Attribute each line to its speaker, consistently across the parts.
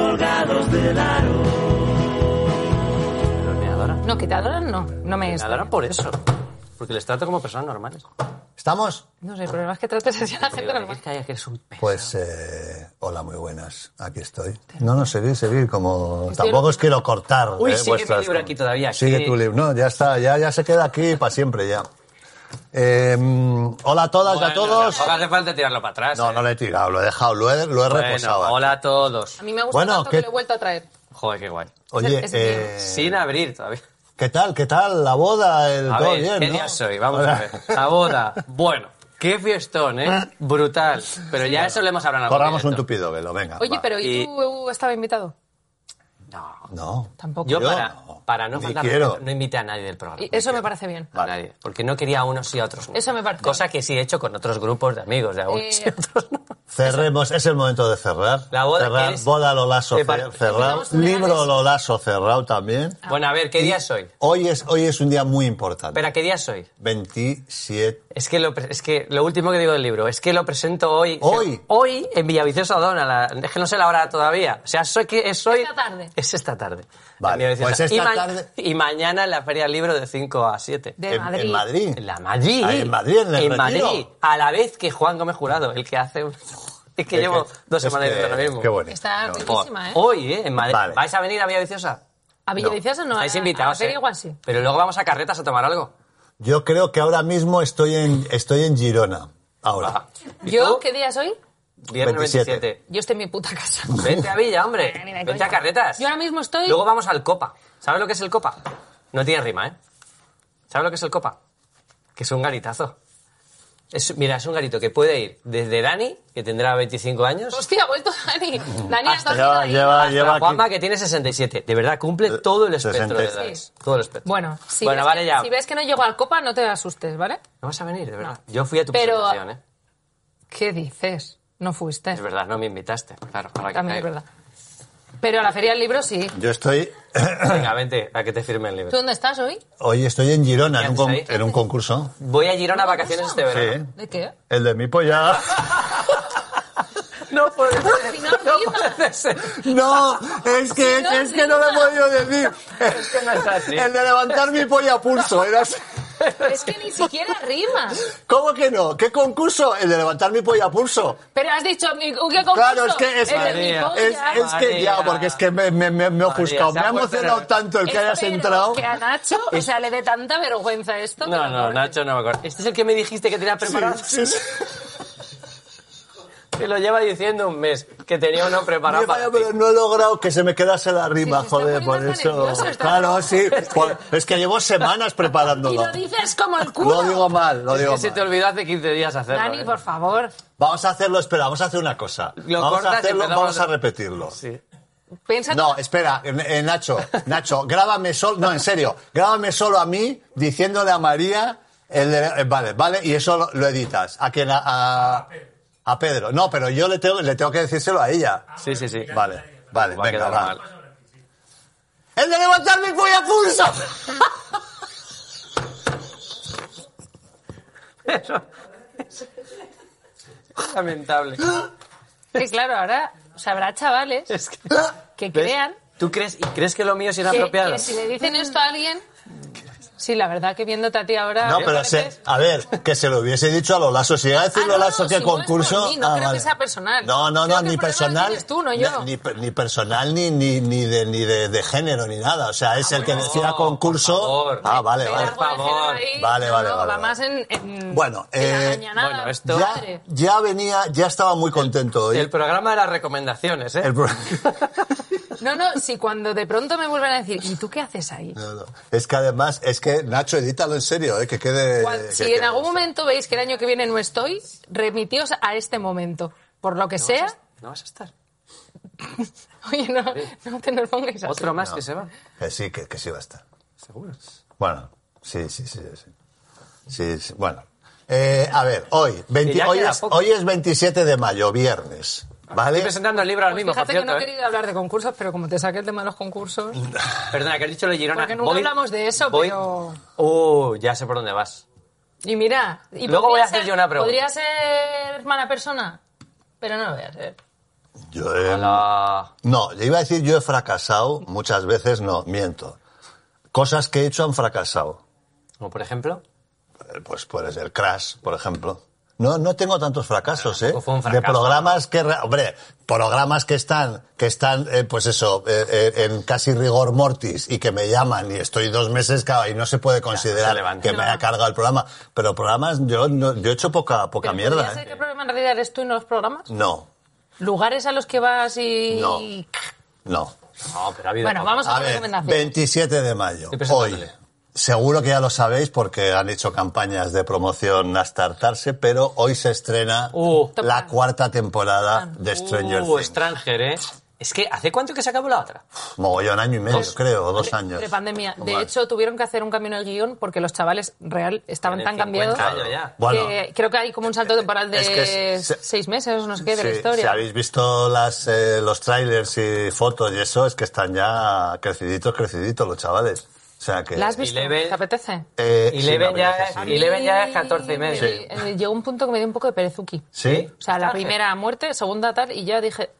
Speaker 1: colgados del aro.
Speaker 2: Pero me adoran.
Speaker 3: No, que te adoran, no. No me
Speaker 2: Me
Speaker 3: extraña.
Speaker 2: adoran por eso. Porque les trato como personas normales.
Speaker 4: ¿Estamos?
Speaker 3: No sé, el problema es que trates así a la gente
Speaker 2: Pero
Speaker 3: normal.
Speaker 2: es que hay que eres un pesado.
Speaker 4: Pues, eh, hola, muy buenas. Aquí estoy. No, no, seguir, seguir, como...
Speaker 3: Estoy-
Speaker 4: Tampoco os quiero cortar
Speaker 2: Uy,
Speaker 4: eh,
Speaker 2: sigue mi
Speaker 4: vuestras-
Speaker 2: libro aquí todavía,
Speaker 4: Sigue
Speaker 2: que-
Speaker 4: tu libro. No, ya está, ya, ya se queda aquí para siempre ya. Eh, hola a todas y a todos.
Speaker 2: No hace falta tirarlo para atrás.
Speaker 4: No,
Speaker 2: eh.
Speaker 4: no lo he tirado, lo he dejado, lo he, lo he
Speaker 2: Bueno,
Speaker 4: reposado. aquí.
Speaker 2: hola a todos.
Speaker 3: A mí me gusta
Speaker 4: Bueno,
Speaker 3: tanto
Speaker 4: ¿qué-
Speaker 3: que lo he vuelto a traer.
Speaker 2: Joder, qué guay.
Speaker 4: Oye,
Speaker 3: Es el- es el
Speaker 4: eh,
Speaker 2: Sin abrir todavía.
Speaker 4: ¿qué tal? ¿Qué tal? La boda, el
Speaker 2: A
Speaker 4: todo
Speaker 2: ver,
Speaker 4: bien,
Speaker 2: ¿qué
Speaker 4: ¿no?
Speaker 2: día soy? Vamos
Speaker 4: Hola.
Speaker 2: a ver. La boda. Bueno, qué fiestón, ¿eh? Brutal. Pero ya eso le hemos hablado en algún
Speaker 4: Corramos un
Speaker 2: directo.
Speaker 4: tupido velo, venga.
Speaker 3: Oye,
Speaker 4: va.
Speaker 3: pero ¿y tú eh, estaba invitado?
Speaker 2: No.
Speaker 4: No.
Speaker 3: Tampoco.
Speaker 2: Yo,
Speaker 4: Yo
Speaker 2: para,
Speaker 4: no.
Speaker 2: para no
Speaker 4: Ni
Speaker 2: faltar
Speaker 4: quiero.
Speaker 2: respeto, no invité a nadie del programa.
Speaker 3: Y eso me parece bien.
Speaker 2: A nadie. Porque no quería a unos y a otros. no.
Speaker 3: Eso me parece.
Speaker 2: Cosa que sí he hecho con otros grupos de amigos, de a unos y
Speaker 3: Eh,
Speaker 2: a otros. no.
Speaker 4: Cerremos, es el momento de cerrar.
Speaker 2: La boda
Speaker 4: cerrar,
Speaker 2: que es-
Speaker 4: boda Lolaso
Speaker 2: Eh, para-
Speaker 4: cerrado,
Speaker 3: Terminamos
Speaker 4: libro
Speaker 3: reales.
Speaker 4: Lolaso cerrado también.
Speaker 2: Bueno, a ver, ¿qué día soy?
Speaker 4: Hoy es, hoy es un día muy importante.
Speaker 2: Espera, ¿qué día soy?
Speaker 4: 27.
Speaker 2: Es que, lo, pre- es que lo último que digo del libro, es que lo presento hoy.
Speaker 4: Hoy.
Speaker 2: Hoy en Villaviciosa Dona. la- es que no sé la hora todavía. O sea, soy que es hoy.
Speaker 3: Esta tarde.
Speaker 2: Es esta tarde.
Speaker 4: Vale,
Speaker 2: En Villaviciosa.
Speaker 4: pues esta
Speaker 2: y ma-
Speaker 4: tarde-
Speaker 2: Y mañana en la Feria del Libro de 5 a 7.
Speaker 3: De
Speaker 4: en,
Speaker 3: Madrid.
Speaker 4: en Madrid.
Speaker 2: En la Madrid.
Speaker 4: Ah, en Madrid, en el
Speaker 2: En
Speaker 4: Retiro.
Speaker 2: Madrid. A la vez que Juan Gómez Jurado, el que hace. un- Es que
Speaker 4: Es
Speaker 2: llevo
Speaker 4: que-
Speaker 2: dos
Speaker 4: es
Speaker 2: semanas
Speaker 4: que-
Speaker 2: diciendo lo mismo.
Speaker 4: Qué bueno.
Speaker 3: Está riquísima, ¿eh?
Speaker 2: Hoy, ¿eh? En Madrid.
Speaker 4: Vale.
Speaker 2: ¿Vais a venir a Villaviciosa?
Speaker 3: ¿A Villaviciosa no?
Speaker 2: Estáis
Speaker 3: A-
Speaker 2: invitados.
Speaker 3: A la
Speaker 2: ¿eh?
Speaker 3: feria igual sí.
Speaker 2: Pero luego vamos a carretas a tomar algo.
Speaker 4: Yo creo que ahora mismo estoy en, estoy en Girona. Ahora.
Speaker 2: ¿Y
Speaker 3: ¿Yo
Speaker 2: tú?
Speaker 3: qué día soy?
Speaker 2: Viernes
Speaker 4: 27.
Speaker 2: 27.
Speaker 3: Yo estoy en mi puta casa.
Speaker 2: Vente a Villa, hombre.
Speaker 3: Ni de
Speaker 2: Vente
Speaker 3: coña.
Speaker 2: a carretas.
Speaker 3: Yo ahora mismo estoy...
Speaker 2: Luego vamos al copa. ¿Sabes lo que es el copa? No tiene rima, ¿eh? ¿Sabes lo que es el copa? Que es un garitazo. Es, mira, es un garito que puede ir desde Dani, que tendrá 25 años,
Speaker 3: Hostia, ha vuelto Dani. Dani, has
Speaker 2: Hasta
Speaker 3: dormido
Speaker 4: lleva-
Speaker 3: ahí.
Speaker 4: lleva-
Speaker 2: hasta
Speaker 4: aquí-
Speaker 2: Juanma, que tiene 67. De verdad, cumple todo el espectro
Speaker 4: 60.
Speaker 2: de edades. Todo el espectro.
Speaker 3: Bueno, si,
Speaker 2: bueno
Speaker 3: ves
Speaker 2: vale
Speaker 3: que,
Speaker 2: ya.
Speaker 3: si ves que no llego al copa, no te asustes, ¿vale?
Speaker 2: No vas a venir, de verdad. Yo fui a tu
Speaker 3: Pero-
Speaker 2: presentación, ¿eh?
Speaker 3: ¿Qué dices? No fuiste.
Speaker 2: Es verdad, no me invitaste. Claro, para que
Speaker 3: También es
Speaker 2: caiga.
Speaker 3: verdad. Pero a la feria del libro sí.
Speaker 4: Yo estoy.
Speaker 2: Venga, vente, a que te firme el
Speaker 3: ¿Tú
Speaker 2: libro.
Speaker 3: dónde estás hoy?
Speaker 4: Hoy estoy en Girona, en un,
Speaker 2: ¿Qué haces
Speaker 4: con-
Speaker 2: ahí?
Speaker 4: en un concurso.
Speaker 2: Voy a Girona a vacaciones este verano.
Speaker 4: Sí.
Speaker 3: ¿De qué?
Speaker 4: El de pues mi polla.
Speaker 2: No puede
Speaker 3: Al
Speaker 2: ser.
Speaker 3: final
Speaker 2: No
Speaker 3: rima.
Speaker 2: puede ser.
Speaker 4: No, es que,
Speaker 3: no,
Speaker 4: es que no lo he podido decir.
Speaker 2: Es que no es así.
Speaker 4: El de levantar mi polla a pulso. Era así.
Speaker 3: Es que ni siquiera rima.
Speaker 4: ¿Cómo que no? ¿Qué concurso? El de levantar mi polla a pulso.
Speaker 3: Pero has dicho, ¿qué concurso?
Speaker 4: Claro, es que es,
Speaker 3: El de
Speaker 4: que-
Speaker 3: mi
Speaker 2: María,
Speaker 4: es,
Speaker 3: polla.
Speaker 4: es que ya,
Speaker 2: María.
Speaker 4: porque es que me, me, me, me he ofuscado.
Speaker 2: se
Speaker 4: Me
Speaker 2: ha
Speaker 4: ha
Speaker 2: puesto
Speaker 4: emocionado
Speaker 2: nervioso.
Speaker 4: tanto el que hayas
Speaker 3: Espero
Speaker 4: entrado.
Speaker 3: que a Nacho, o sea, le dé tanta vergüenza esto. que
Speaker 2: No, no,
Speaker 3: corte.
Speaker 2: Nacho no me acuerdo. Este es el que me dijiste que tenías
Speaker 4: Sí,
Speaker 2: preparado.
Speaker 4: sí, sí.
Speaker 2: Te lo lleva diciendo un mes, que tenía uno
Speaker 4: Me
Speaker 2: preparado
Speaker 4: he fallado,
Speaker 2: para ti.
Speaker 4: pero no he logrado que se me quedase la rima,
Speaker 3: Sí, se está
Speaker 4: joder, por
Speaker 3: poniendo
Speaker 4: eso.
Speaker 3: nervioso, está-
Speaker 4: claro, sí. por- es que llevo semanas
Speaker 3: Y
Speaker 4: preparándolo.
Speaker 3: lo dices como el culo.
Speaker 4: Lo digo mal, lo
Speaker 2: Es
Speaker 4: digo
Speaker 2: que se te
Speaker 4: mal.
Speaker 2: olvidó hace 15 días hacerlo.
Speaker 3: Dani,
Speaker 2: ¿eh?
Speaker 3: por favor.
Speaker 4: Vamos a hacerlo, espera, vamos a hacer una cosa.
Speaker 2: Lo
Speaker 4: vamos
Speaker 2: cortas
Speaker 4: a
Speaker 2: y
Speaker 4: hacerlo,
Speaker 2: empezamos
Speaker 4: vamos
Speaker 2: a-
Speaker 4: a repetirlo.
Speaker 2: Sí.
Speaker 3: Piensa
Speaker 4: No, espera, eh, Nacho, Nacho, grábame solo, no, en serio, grábame solo a mí diciéndole a María, el de- eh, vale, vale, y eso lo, lo editas. A quien, a, a- a Pedro. No, pero yo le tengo, le tengo que decírselo a ella.
Speaker 2: Ah, Sí, sí, sí.
Speaker 4: Vale, vale,
Speaker 2: Va a
Speaker 4: venga,
Speaker 2: quedar
Speaker 4: va.
Speaker 2: mal.
Speaker 4: El de levantar mi polla a pulso.
Speaker 2: Lamentable.
Speaker 3: Sí, claro, ahora o sea, habrá chavales
Speaker 2: Es que...
Speaker 3: que
Speaker 2: ¿Ves?
Speaker 3: crean
Speaker 2: ¿Tú crees, y crees que lo mío es
Speaker 3: que,
Speaker 2: inapropiado?
Speaker 3: que si le dicen esto a alguien... Sí, la verdad que viéndote a ti ahora... ¿eh?
Speaker 4: No, pero
Speaker 3: pareces-
Speaker 4: se, a ver, que se lo hubiese dicho a Lolaso. Si iba a decir
Speaker 3: Ah, no,
Speaker 4: Lolaso
Speaker 3: no,
Speaker 4: que
Speaker 3: si no es
Speaker 4: concurso. ah,
Speaker 3: por mí, no creo que sea personal.
Speaker 4: No, no,
Speaker 3: Creo
Speaker 4: no,
Speaker 3: que
Speaker 4: ni
Speaker 3: el problema lo
Speaker 4: personal.
Speaker 3: tienes tú, no yo.
Speaker 4: Ni, per- ni personal, ni, ni, ni, de, ni de, de género, ni nada. O sea, es el que decía concurso.
Speaker 2: Ah, favor.
Speaker 4: ah, vale,
Speaker 3: Pero
Speaker 4: vale.
Speaker 3: algo de género
Speaker 2: favor.
Speaker 3: ahí,
Speaker 4: Vale,
Speaker 3: no, no,
Speaker 4: vale, vale,
Speaker 3: Va
Speaker 4: vale.
Speaker 3: más en... en-
Speaker 4: Bueno,
Speaker 3: en la
Speaker 4: eh,
Speaker 3: gañanada.
Speaker 2: bueno, esto-
Speaker 4: Ya,
Speaker 3: Madre.
Speaker 4: ya venía, ya estaba muy contento hoy.
Speaker 2: El programa de las recomendaciones, ¿eh?
Speaker 4: El pro-
Speaker 3: No, no, si cuando de pronto me vuelven a decir, ¿y tú qué haces ahí?
Speaker 4: No, no. Es que además, es que Nacho, edítalo en serio, eh, que quede.
Speaker 3: Cual-
Speaker 4: que
Speaker 3: si en
Speaker 4: quede.
Speaker 3: algún momento veis que el año que viene no estoy, remitíos a este momento. Por lo que sea,
Speaker 2: No vas a estar.
Speaker 3: oye, no, no te nos pongáis así.
Speaker 2: Otro más que se va.
Speaker 4: Que Eh, sí, que, que sí va a estar.
Speaker 2: Seguro.
Speaker 4: Bueno, sí, sí, sí, sí. Sí, sí, bueno. Eh, a ver, hoy, 20
Speaker 2: Que ya
Speaker 4: hoy,
Speaker 2: queda
Speaker 4: es,
Speaker 2: poco. Ah,
Speaker 4: hoy es 27 de mayo, viernes,
Speaker 2: Estoy
Speaker 4: ¿vale?
Speaker 2: presentando el libro ahora mismo, por
Speaker 3: Pues Fíjate que
Speaker 2: cierto,
Speaker 3: no he
Speaker 2: ¿eh?
Speaker 3: querido hablar de concursos, pero como te saqué el tema de los concursos,
Speaker 2: Perdona, que has dicho lo de Girona.
Speaker 3: Porque nunca hablamos de eso,
Speaker 2: voy-
Speaker 3: pero-
Speaker 2: Uh, ya sé por dónde vas.
Speaker 3: y mira... y
Speaker 2: Luego
Speaker 3: podría
Speaker 2: voy a hacer
Speaker 3: ser-
Speaker 2: yo una pregunta.
Speaker 3: Podría ser mala persona, pero no lo voy a hacer.
Speaker 4: Yo he-
Speaker 2: Hola.
Speaker 4: No, le iba a decir yo he fracasado muchas veces, no, miento. Cosas que he hecho han fracasado.
Speaker 2: Como por ejemplo,
Speaker 4: Eh, Pues puede ser Crash, por ejemplo. No, no tengo tantos fracasos, ¿eh?
Speaker 2: tampoco fue un
Speaker 4: de
Speaker 2: fracaso,
Speaker 4: programas que, re- hombre, programas que están, que están, eh, pues eso, eh, eh, en casi rigor mortis y que me llaman y estoy dos meses claro, y no se puede
Speaker 2: se
Speaker 4: considerar
Speaker 2: levanta.
Speaker 4: que me haya cargado el programa. Pero programas, yo, no- yo he hecho poca, poca
Speaker 3: Pero
Speaker 4: mierda.
Speaker 3: ¿podría ser
Speaker 4: ¿eh?
Speaker 3: que el problema en realidad eres tú y no los programas?
Speaker 4: No,
Speaker 3: ¿Lugares a los que vas y...?
Speaker 4: No. no.
Speaker 2: no, pero ha habido.
Speaker 3: Bueno, vamos a, la
Speaker 4: A ver,
Speaker 3: recomendación.
Speaker 4: 27 de mayo,
Speaker 2: Estoy pensando
Speaker 4: hoy.
Speaker 2: en él.
Speaker 4: Seguro que ya lo sabéis porque han hecho campañas de promoción hasta hartarse, pero hoy se estrena
Speaker 2: Uh.
Speaker 4: la cuarta
Speaker 3: Ah.
Speaker 4: temporada de Stranger
Speaker 2: Uh,
Speaker 4: Things.
Speaker 2: Stranger, ¿eh? Es que, ¿hace cuánto que se acabó la otra?
Speaker 4: Mogollón, año y medio, creo, o dos años.
Speaker 3: De pandemia. De
Speaker 4: Vale.
Speaker 3: hecho, tuvieron que hacer un cambio en el guión porque los chavales real estaban
Speaker 2: Tienen
Speaker 3: tan cambiados
Speaker 2: 50 años ya.
Speaker 3: que
Speaker 4: Bueno.
Speaker 3: creo que hay como un salto temporal de
Speaker 4: Es que se-
Speaker 3: seis meses, no sé qué, de la
Speaker 4: Sí,
Speaker 3: historia.
Speaker 4: Si habéis visto las, eh, los trailers y fotos y eso, es que están ya creciditos, creciditos los chavales. O sea que...
Speaker 3: ¿La has visto?
Speaker 2: Eleven-
Speaker 3: ¿Te apetece?
Speaker 4: Eh, sí,
Speaker 2: Eleven
Speaker 4: me
Speaker 2: ya,
Speaker 4: apetece, sí.
Speaker 2: es- Eleven ya es 14 y medio.
Speaker 4: Sí.
Speaker 3: Eh, llegó un punto que me dio un poco de perezuki.
Speaker 4: ¿Sí?
Speaker 3: O sea, la primera muerte, segunda tal, y ya dije...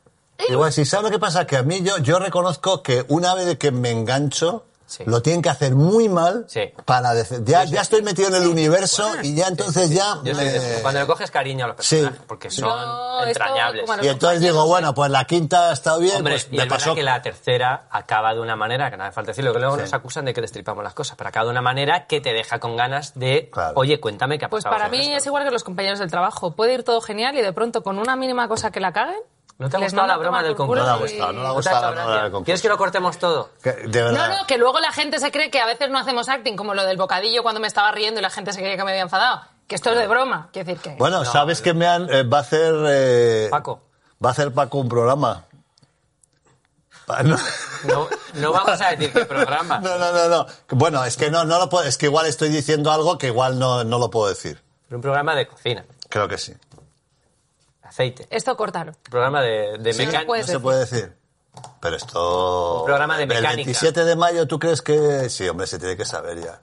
Speaker 4: Igual, si sabes lo que pasa, que a mí yo, yo reconozco que una vez de que me engancho,
Speaker 2: Sí.
Speaker 4: lo tienen que hacer muy mal
Speaker 2: Sí.
Speaker 4: para dece- ya, ya estoy metido en el universo y ya entonces ya
Speaker 2: Yo soy de esos.
Speaker 4: me-
Speaker 2: Cuando le coges cariño a los
Speaker 4: Eh, Sí.
Speaker 2: personajes, porque son
Speaker 3: No, esto,
Speaker 2: entrañables.
Speaker 3: como a los
Speaker 4: y entonces digo, bueno, pues la quinta ha estado bien,
Speaker 2: Hombre,
Speaker 4: pues
Speaker 2: y
Speaker 4: me
Speaker 2: es verdad
Speaker 4: pasó
Speaker 2: que la tercera acaba de una manera, que no hace falta decirlo, que luego
Speaker 4: Sí.
Speaker 2: nos acusan de que destripamos las cosas, pero acaba de una manera que te deja con ganas de,
Speaker 4: Claro.
Speaker 2: oye, cuéntame qué ha
Speaker 3: Pues
Speaker 2: pasado.
Speaker 3: para
Speaker 2: con
Speaker 3: mí
Speaker 2: esto".
Speaker 3: es igual que los compañeros del trabajo. Puede ir todo genial y de pronto con una mínima cosa que la caguen...
Speaker 2: ¿No te ha
Speaker 3: les
Speaker 2: gustado
Speaker 3: mando
Speaker 2: la
Speaker 3: a
Speaker 2: broma
Speaker 3: tomar
Speaker 2: del
Speaker 3: por
Speaker 2: concurso?
Speaker 3: culo
Speaker 4: No le ha gustado,
Speaker 3: y-
Speaker 2: ¿No
Speaker 4: no le ha
Speaker 2: te ha
Speaker 4: gustado
Speaker 2: hecho
Speaker 4: la broma
Speaker 2: gracia?
Speaker 4: del concurso.
Speaker 2: ¿Quieres que lo cortemos todo?
Speaker 4: que- de
Speaker 3: No,
Speaker 4: verdad.
Speaker 3: no, que luego la gente se cree que a veces no hacemos acting, como lo del bocadillo cuando me estaba riendo y la gente se creía que me había enfadado. Que esto es de broma. Quiero decir que.
Speaker 4: Bueno, sabes que me han, eh, va a hacer eh,
Speaker 2: Paco.
Speaker 4: va a hacer Paco un programa. Pa- no.
Speaker 2: No, no vamos a decir qué programa.
Speaker 4: No, no, no, no. Bueno, es que no, no lo puedo, es que igual estoy diciendo algo que igual no, no lo puedo decir.
Speaker 2: Un programa de cocina,
Speaker 4: Creo que sí.
Speaker 2: aceite.
Speaker 3: Esto cortalo.
Speaker 2: Un programa de, de
Speaker 4: Sí,
Speaker 2: mecan-
Speaker 4: no se puede decir. Pero esto.
Speaker 2: Un programa de mecánica.
Speaker 4: El 27 de mayo, ¿tú crees que.? Sí, hombre, se tiene que saber ya.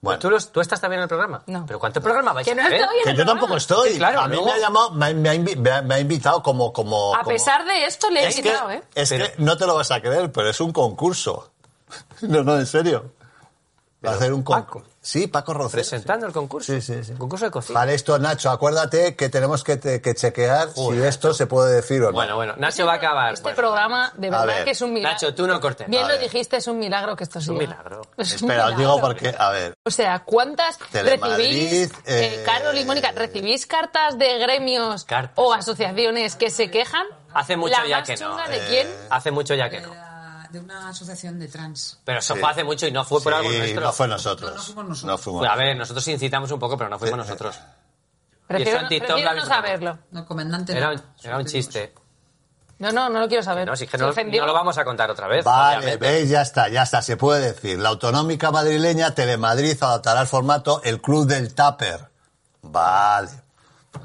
Speaker 4: Bueno,
Speaker 2: Ah, ¿Tú, los- tú estás también en el programa?
Speaker 3: No.
Speaker 2: ¿Pero cuánto programa vais
Speaker 3: Que no
Speaker 2: a hacer?
Speaker 3: estoy en
Speaker 4: que
Speaker 3: el
Speaker 4: yo
Speaker 3: programa.
Speaker 4: tampoco estoy.
Speaker 2: Sí, claro,
Speaker 4: a mí
Speaker 2: luego-
Speaker 4: me ha llamado, me ha, me ha invi- me ha- me ha invitado como. como
Speaker 3: A
Speaker 4: como-
Speaker 3: pesar de esto, le he
Speaker 4: Es que,
Speaker 3: quitado, ¿eh?
Speaker 4: es que
Speaker 2: Pero-
Speaker 4: no te lo vas a creer, pero es un concurso. No, no, en serio. Va a hacer un
Speaker 2: Paco.
Speaker 4: concurso. Sí, Paco Roncero. sí.
Speaker 2: Presentando el concurso.
Speaker 4: Sí, sí, sí.
Speaker 2: Concurso de cocina.
Speaker 4: Para esto, Nacho, acuérdate que tenemos que, te- que chequear si esto se puede decir o no.
Speaker 2: Bueno, bueno, Nacho va a acabar.
Speaker 3: Este
Speaker 2: Bueno,
Speaker 3: programa, de
Speaker 4: A
Speaker 3: verdad,
Speaker 4: ver.
Speaker 3: que es un milagro.
Speaker 2: Nacho, tú no cortes.
Speaker 3: Bien
Speaker 4: A
Speaker 3: lo
Speaker 4: ver.
Speaker 3: dijiste, es un milagro que esto sea.
Speaker 2: un milagro.
Speaker 3: Es un
Speaker 4: Espera, os digo
Speaker 3: milagro.
Speaker 4: porque, a ver,
Speaker 3: O sea, ¿cuántas
Speaker 4: Telemadrid,
Speaker 3: recibís, eh,
Speaker 4: eh,
Speaker 3: Carol y Mónica, recibís cartas de gremios
Speaker 2: Cartas.
Speaker 3: o asociaciones que se quejan?
Speaker 2: Hace mucho
Speaker 3: ¿La
Speaker 2: ya
Speaker 3: más
Speaker 2: que no.
Speaker 3: chunga de quién?
Speaker 4: Eh,
Speaker 2: Hace mucho ya que
Speaker 5: de,
Speaker 2: no.
Speaker 5: la- de una asociación de trans.
Speaker 2: Pero eso
Speaker 4: Sí.
Speaker 2: fue hace mucho y no fue por
Speaker 4: Sí,
Speaker 2: algo nuestro.
Speaker 4: No fue nosotros.
Speaker 5: No, no fuimos nosotros.
Speaker 4: No fuimos.
Speaker 2: Pues, a ver, nosotros incitamos un poco, pero no fuimos nosotros.
Speaker 3: Prefiero,
Speaker 2: en TikTok
Speaker 3: prefiero
Speaker 2: la
Speaker 3: no
Speaker 2: misma.
Speaker 3: saberlo.
Speaker 5: No, el comandante.
Speaker 2: Era
Speaker 5: no.
Speaker 2: un, era un chiste.
Speaker 3: No, no, no lo quiero saber.
Speaker 2: No, si es que
Speaker 3: Se
Speaker 2: no,
Speaker 3: ofendió.
Speaker 2: no lo vamos a contar otra vez.
Speaker 4: Vale,
Speaker 2: Pues, obviamente.
Speaker 4: veis, ya está, ya está, se puede decir. La autonómica madrileña Telemadrid adaptará al formato el Club del Tupper. Vale.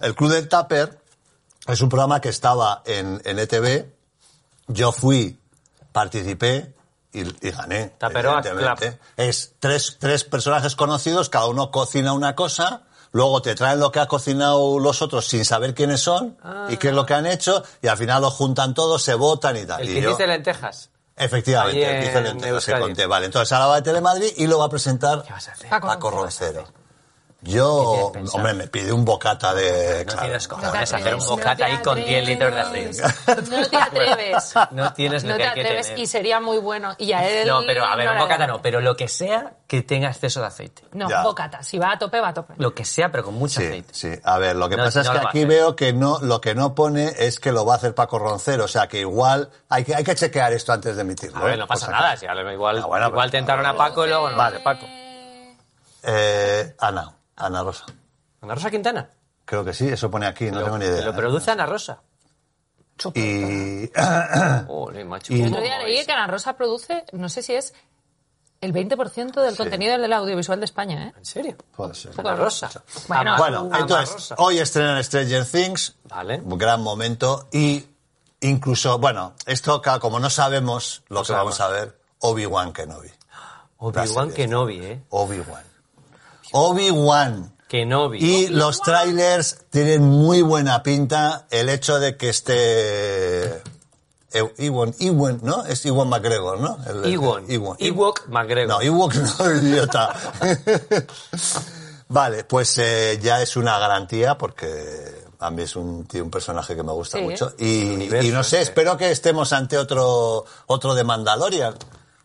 Speaker 4: El Club del Tupper es un programa que estaba en, en ETV. Yo fui, participé y, y gané.
Speaker 2: Taperoas
Speaker 4: evidentemente. Es tres, tres personajes conocidos, cada uno cocina una cosa. Luego te traen lo que ha cocinado los otros sin saber quiénes son
Speaker 2: Ah.
Speaker 4: y qué es lo que han hecho y al final los juntan todos, se votan y tal.
Speaker 2: El
Speaker 4: Y
Speaker 2: que
Speaker 4: yo-
Speaker 2: dice lentejas.
Speaker 4: Efectivamente,
Speaker 2: Ahí en
Speaker 4: hizo el entero, se
Speaker 2: Euskadi.
Speaker 4: conté. Vale, entonces ahora va de Telemadrid y lo va a presentar
Speaker 2: vas a hacer? Ah,
Speaker 4: Paco,
Speaker 3: Paco
Speaker 4: Roncero. Yo,
Speaker 2: ¿Qué tienes pensado?
Speaker 4: hombre, me pide un bocata
Speaker 2: No
Speaker 4: de... claro.
Speaker 2: tienes
Speaker 3: No
Speaker 2: cojones
Speaker 3: te
Speaker 2: a hacer un
Speaker 3: atreves,
Speaker 2: bocata
Speaker 3: no te
Speaker 2: ahí con 10 litros de
Speaker 3: atreves.
Speaker 2: aceite.
Speaker 3: No te atreves.
Speaker 2: No tienes lo
Speaker 3: No
Speaker 2: que
Speaker 3: te
Speaker 2: hay que
Speaker 3: atreves
Speaker 2: tener.
Speaker 3: y sería muy bueno. Y a él
Speaker 2: No, pero a ver, un
Speaker 3: le
Speaker 2: bocata
Speaker 3: da.
Speaker 2: no, pero lo que sea que tenga exceso de aceite.
Speaker 3: No,
Speaker 4: Ya.
Speaker 3: bocata. Si va a tope, va a tope.
Speaker 2: Lo que sea, pero con mucho
Speaker 4: Sí, Pues
Speaker 2: aceite.
Speaker 4: sí. A ver, lo que
Speaker 2: No,
Speaker 4: pasa es
Speaker 2: no
Speaker 4: que
Speaker 2: lo va a
Speaker 4: aquí
Speaker 2: hacer.
Speaker 4: veo que no, lo que no pone es que lo va a hacer Paco Roncero. O sea, que igual hay que, hay que chequear esto antes de emitirlo.
Speaker 2: A
Speaker 4: ¿eh?
Speaker 2: ver, no pasa
Speaker 4: Por si
Speaker 2: nada.
Speaker 4: acaso.
Speaker 2: si ahora igual
Speaker 4: Ah, bueno,
Speaker 2: igual
Speaker 4: pero-
Speaker 2: tentaron a Paco y luego no.
Speaker 4: Vale,
Speaker 2: Paco.
Speaker 4: Eh, Ana, Ana Rosa.
Speaker 2: ¿Ana Rosa Quintana?
Speaker 4: Creo que sí, eso pone aquí, no tengo ni idea. ¿eh?
Speaker 2: Lo produce Ana Rosa.
Speaker 4: Y... ah,
Speaker 2: Ole, macho.
Speaker 4: Y-
Speaker 2: ¿cómo
Speaker 3: El otro día
Speaker 2: vais?
Speaker 3: leí que Ana Rosa produce, no sé si es el 20% del contenido del audiovisual de España, ¿eh?
Speaker 2: ¿En serio?
Speaker 4: Puede ser.
Speaker 2: Ana Rosa.
Speaker 3: Bueno,
Speaker 2: Ama-
Speaker 4: Bueno,
Speaker 2: Ama
Speaker 4: entonces, oh,
Speaker 2: Rosa.
Speaker 4: hoy estrenan Stranger Things.
Speaker 2: Vale.
Speaker 4: Un gran momento. Y incluso, bueno, esto, claro, como no sabemos lo que vamos a ver, Obi-Wan Kenobi.
Speaker 2: Obi-Wan
Speaker 4: Gracias.
Speaker 2: Kenobi, ¿eh?
Speaker 4: Obi-Wan. Obi-Wan.
Speaker 2: Que no vi.
Speaker 4: Y los trailers tienen muy buena pinta. El hecho de que esté Ew- Ewan, Ewan, ¿no? Es Ewan McGregor, ¿no? El- el-
Speaker 2: Ewan.
Speaker 4: Ewan.
Speaker 2: Ewok McGregor.
Speaker 4: No, Ewok no, idiota. vale, pues eh, ya es una garantía porque a mí es un, tío, un personaje que me gusta
Speaker 3: Sí,
Speaker 4: mucho.
Speaker 2: El
Speaker 4: Y,
Speaker 2: universo
Speaker 4: y no sé,
Speaker 2: este.
Speaker 4: espero que estemos ante otro, otro de Mandalorian.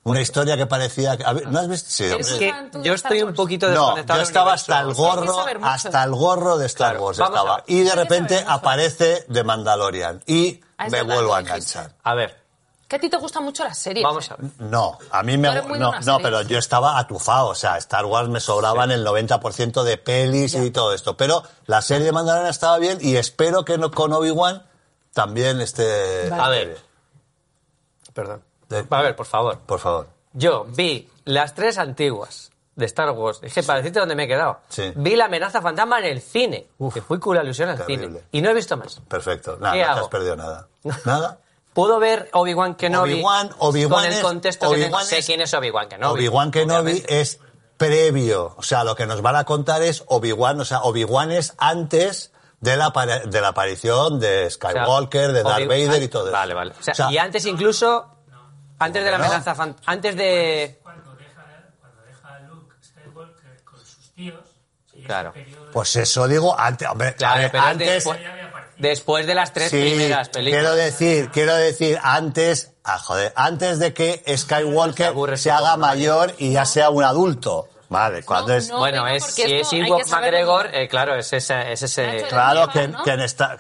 Speaker 4: Una historia que parecía... que- a ver, ¿No has visto? Sí,
Speaker 2: Es
Speaker 4: hombre.
Speaker 2: que yo estoy un poquito
Speaker 4: No,
Speaker 2: desconectado.
Speaker 4: yo
Speaker 2: del universo.
Speaker 4: estaba hasta el
Speaker 3: Hay que
Speaker 4: gorro,
Speaker 3: saber mucho.
Speaker 4: hasta el gorro de Star
Speaker 2: Claro,
Speaker 4: Wars
Speaker 2: vamos a
Speaker 4: estaba.
Speaker 2: ver.
Speaker 4: Y de
Speaker 3: que
Speaker 4: repente
Speaker 3: saber mucho.
Speaker 4: aparece The Mandalorian y
Speaker 3: Ah, es
Speaker 4: me
Speaker 3: verdad,
Speaker 4: vuelvo a
Speaker 3: lo dijiste.
Speaker 4: enganchar.
Speaker 2: A ver,
Speaker 3: Que a ti te gustan mucho las series.
Speaker 2: vamos a ver.
Speaker 4: No, a mí me
Speaker 3: Tú eres muy de
Speaker 4: no,
Speaker 3: una
Speaker 4: no,
Speaker 3: serie.
Speaker 4: pero yo estaba atufado, o sea, Star Wars me sobraban el 90% de pelis y todo esto, pero la serie de Mandalorian estaba bien y espero que no con Obi-Wan también esté
Speaker 2: A ver. Perdón.
Speaker 4: De-
Speaker 2: A ver, por favor.
Speaker 4: Por favor.
Speaker 2: Yo vi las tres antiguas de Star Wars. Dije, para decirte dónde me he quedado.
Speaker 4: Sí.
Speaker 2: Vi La amenaza fantasma en el cine.
Speaker 4: Uf,
Speaker 2: que fui con la ilusión al
Speaker 4: terrible.
Speaker 2: cine. Y no he visto más.
Speaker 4: Perfecto. Nada,
Speaker 2: ¿Qué
Speaker 4: no te
Speaker 2: hago?
Speaker 4: has perdido nada. Nada.
Speaker 2: Puedo ver Obi-Wan Kenobi
Speaker 4: Obi-Wan- Obi-Wan
Speaker 2: con el
Speaker 4: es-
Speaker 2: contexto que tengo.
Speaker 4: Obi-Wan
Speaker 2: Sé
Speaker 4: es-
Speaker 2: quién es Obi-Wan Kenobi.
Speaker 4: Obi-Wan Kenobi eh,
Speaker 2: obviamente.
Speaker 4: es previo. O sea, lo que nos van a contar es Obi-Wan. O sea, Obi-Wan es antes de la, apare- de la aparición de
Speaker 2: O sea,
Speaker 4: Skywalker, de Darth
Speaker 2: Obi- ah,
Speaker 4: Vader y todo eso.
Speaker 2: Vale, vale. O sea,
Speaker 4: O sea,
Speaker 2: y antes incluso... Antes de la
Speaker 4: ¿no?
Speaker 2: amenaza fan- Antes de...
Speaker 6: cuando deja, cuando deja a Luke Skywalker con sus tíos. y ese
Speaker 2: Claro.
Speaker 6: periodo
Speaker 4: Pues eso digo antes. Hombre,
Speaker 2: Claro,
Speaker 4: a ver,
Speaker 2: pero
Speaker 4: antes.
Speaker 2: después,
Speaker 6: ya había aparecido.
Speaker 2: después de las tres
Speaker 4: Sí,
Speaker 2: primeras películas.
Speaker 4: quiero decir, quiero decir, antes, ah, joder, antes de que
Speaker 2: Ah, Se aburre
Speaker 4: Skywalker se
Speaker 2: un poco,
Speaker 4: haga mayor y ya sea un adulto. Vale, cuando es.
Speaker 3: no.
Speaker 2: bueno,
Speaker 3: venga,
Speaker 2: es,
Speaker 3: porque
Speaker 2: si
Speaker 3: esto
Speaker 2: es
Speaker 3: hay que
Speaker 2: Ewok
Speaker 3: saberlo.
Speaker 2: McGregor, eh, claro, es ese... Es ese
Speaker 3: Nacho,
Speaker 4: Claro que,
Speaker 3: ¿no?
Speaker 4: que en esta.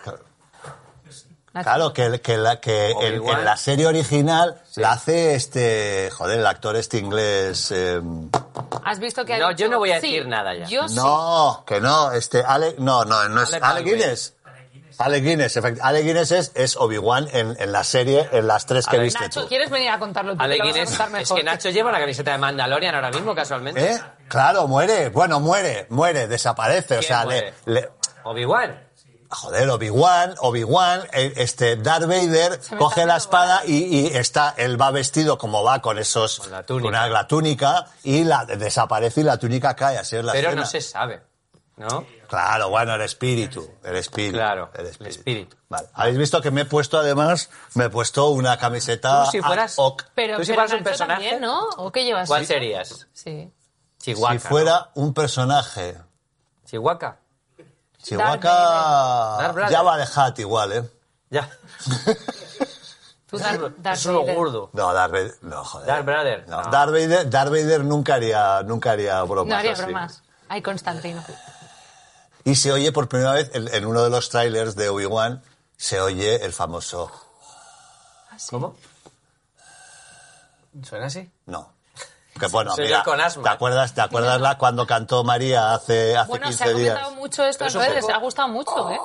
Speaker 3: Nacho.
Speaker 4: Claro, que, que, la, que en,
Speaker 2: Obi-Wan.
Speaker 4: en la serie original la hace este. Joder, el actor este inglés. eh,
Speaker 3: Has visto que ha
Speaker 2: No,
Speaker 3: dicho-
Speaker 2: yo no voy a
Speaker 3: Sí,
Speaker 2: decir nada ya.
Speaker 3: Yo sí.
Speaker 4: no, que no, este. Ale, no, no, no es.
Speaker 2: Alec
Speaker 4: Ale
Speaker 2: Baldwin.
Speaker 4: Guinness. Ale Guinness, efectivamente. Ale Guinness es, es Obi-Wan en, en la serie, en las tres que
Speaker 2: Ale-
Speaker 4: viste
Speaker 3: Nacho,
Speaker 4: tú.
Speaker 3: ¿quieres venir a contarlo tú?
Speaker 2: Ale
Speaker 3: que lo vas a
Speaker 2: Guinness-
Speaker 3: contar
Speaker 2: es
Speaker 3: mejor.
Speaker 2: que Nacho lleva la camiseta de Mandalorian ahora mismo, casualmente.
Speaker 4: ¿Eh? Claro, muere. Bueno, muere, muere, desaparece. O
Speaker 2: ¿Quién
Speaker 4: sea,
Speaker 2: muere?
Speaker 4: le, le-
Speaker 2: Obi-Wan.
Speaker 4: Joder, Obi-Wan, Obi-Wan, eh, este, Darth Vader
Speaker 3: Se me
Speaker 4: coge
Speaker 3: está haciendo
Speaker 4: la espada y, y está, él va vestido como va con esos,
Speaker 2: la túnica.
Speaker 4: una- la túnica y la desaparece y la túnica cae, así es la
Speaker 2: Pero
Speaker 4: escena.
Speaker 2: no se sabe,
Speaker 4: Ah,
Speaker 2: ¿no?
Speaker 4: Claro, bueno, el espíritu, el espíritu.
Speaker 2: Claro,
Speaker 4: el
Speaker 2: el
Speaker 4: espíritu.
Speaker 2: espíritu.
Speaker 4: Vale. Habéis visto que me he puesto además, me he puesto una camiseta.
Speaker 2: Tú si
Speaker 4: ad
Speaker 2: fueras-
Speaker 4: hoc.
Speaker 3: Pero,
Speaker 2: Tú si
Speaker 3: pero
Speaker 2: fueras un
Speaker 3: Nacho
Speaker 2: personaje,
Speaker 3: también, ¿no? ¿O qué llevas?
Speaker 2: ¿Cuál serías?
Speaker 3: Sí.
Speaker 2: Chihuahua.
Speaker 4: si fuera un personaje,
Speaker 2: ¿no? Chihuahua. Darth
Speaker 4: Chihuahua
Speaker 2: Vader.
Speaker 4: ya va a dejar igual, ¿eh?
Speaker 2: Ya.
Speaker 3: Tú Dar- Darth
Speaker 2: es uno
Speaker 3: Vader.
Speaker 2: gordo.
Speaker 4: No, Darth Vader. No, joder.
Speaker 2: Darth Vader,
Speaker 4: Eh,
Speaker 2: Ah,
Speaker 4: No,
Speaker 2: no.
Speaker 4: Darth Vader, Darth Vader nunca haría, nunca haría bromas.
Speaker 3: No haría
Speaker 4: así.
Speaker 3: bromas. Ay, Constantino.
Speaker 4: Y se oye por primera vez en, en uno de los trailers de Obi-Wan, se oye el famoso
Speaker 2: ¿Cómo? ¿Suena así?
Speaker 4: no. Que bueno,
Speaker 2: Soy
Speaker 4: mira,
Speaker 2: yo con asma.
Speaker 4: ¿te acuerdas, te acuerdas la, cuando cantó María hace, hace
Speaker 3: Bueno, se ha
Speaker 4: 15 días?
Speaker 3: comentado mucho esto
Speaker 2: Pero
Speaker 3: en
Speaker 2: es un
Speaker 3: redes.
Speaker 2: poco-
Speaker 3: Ha gustado mucho, ¿eh?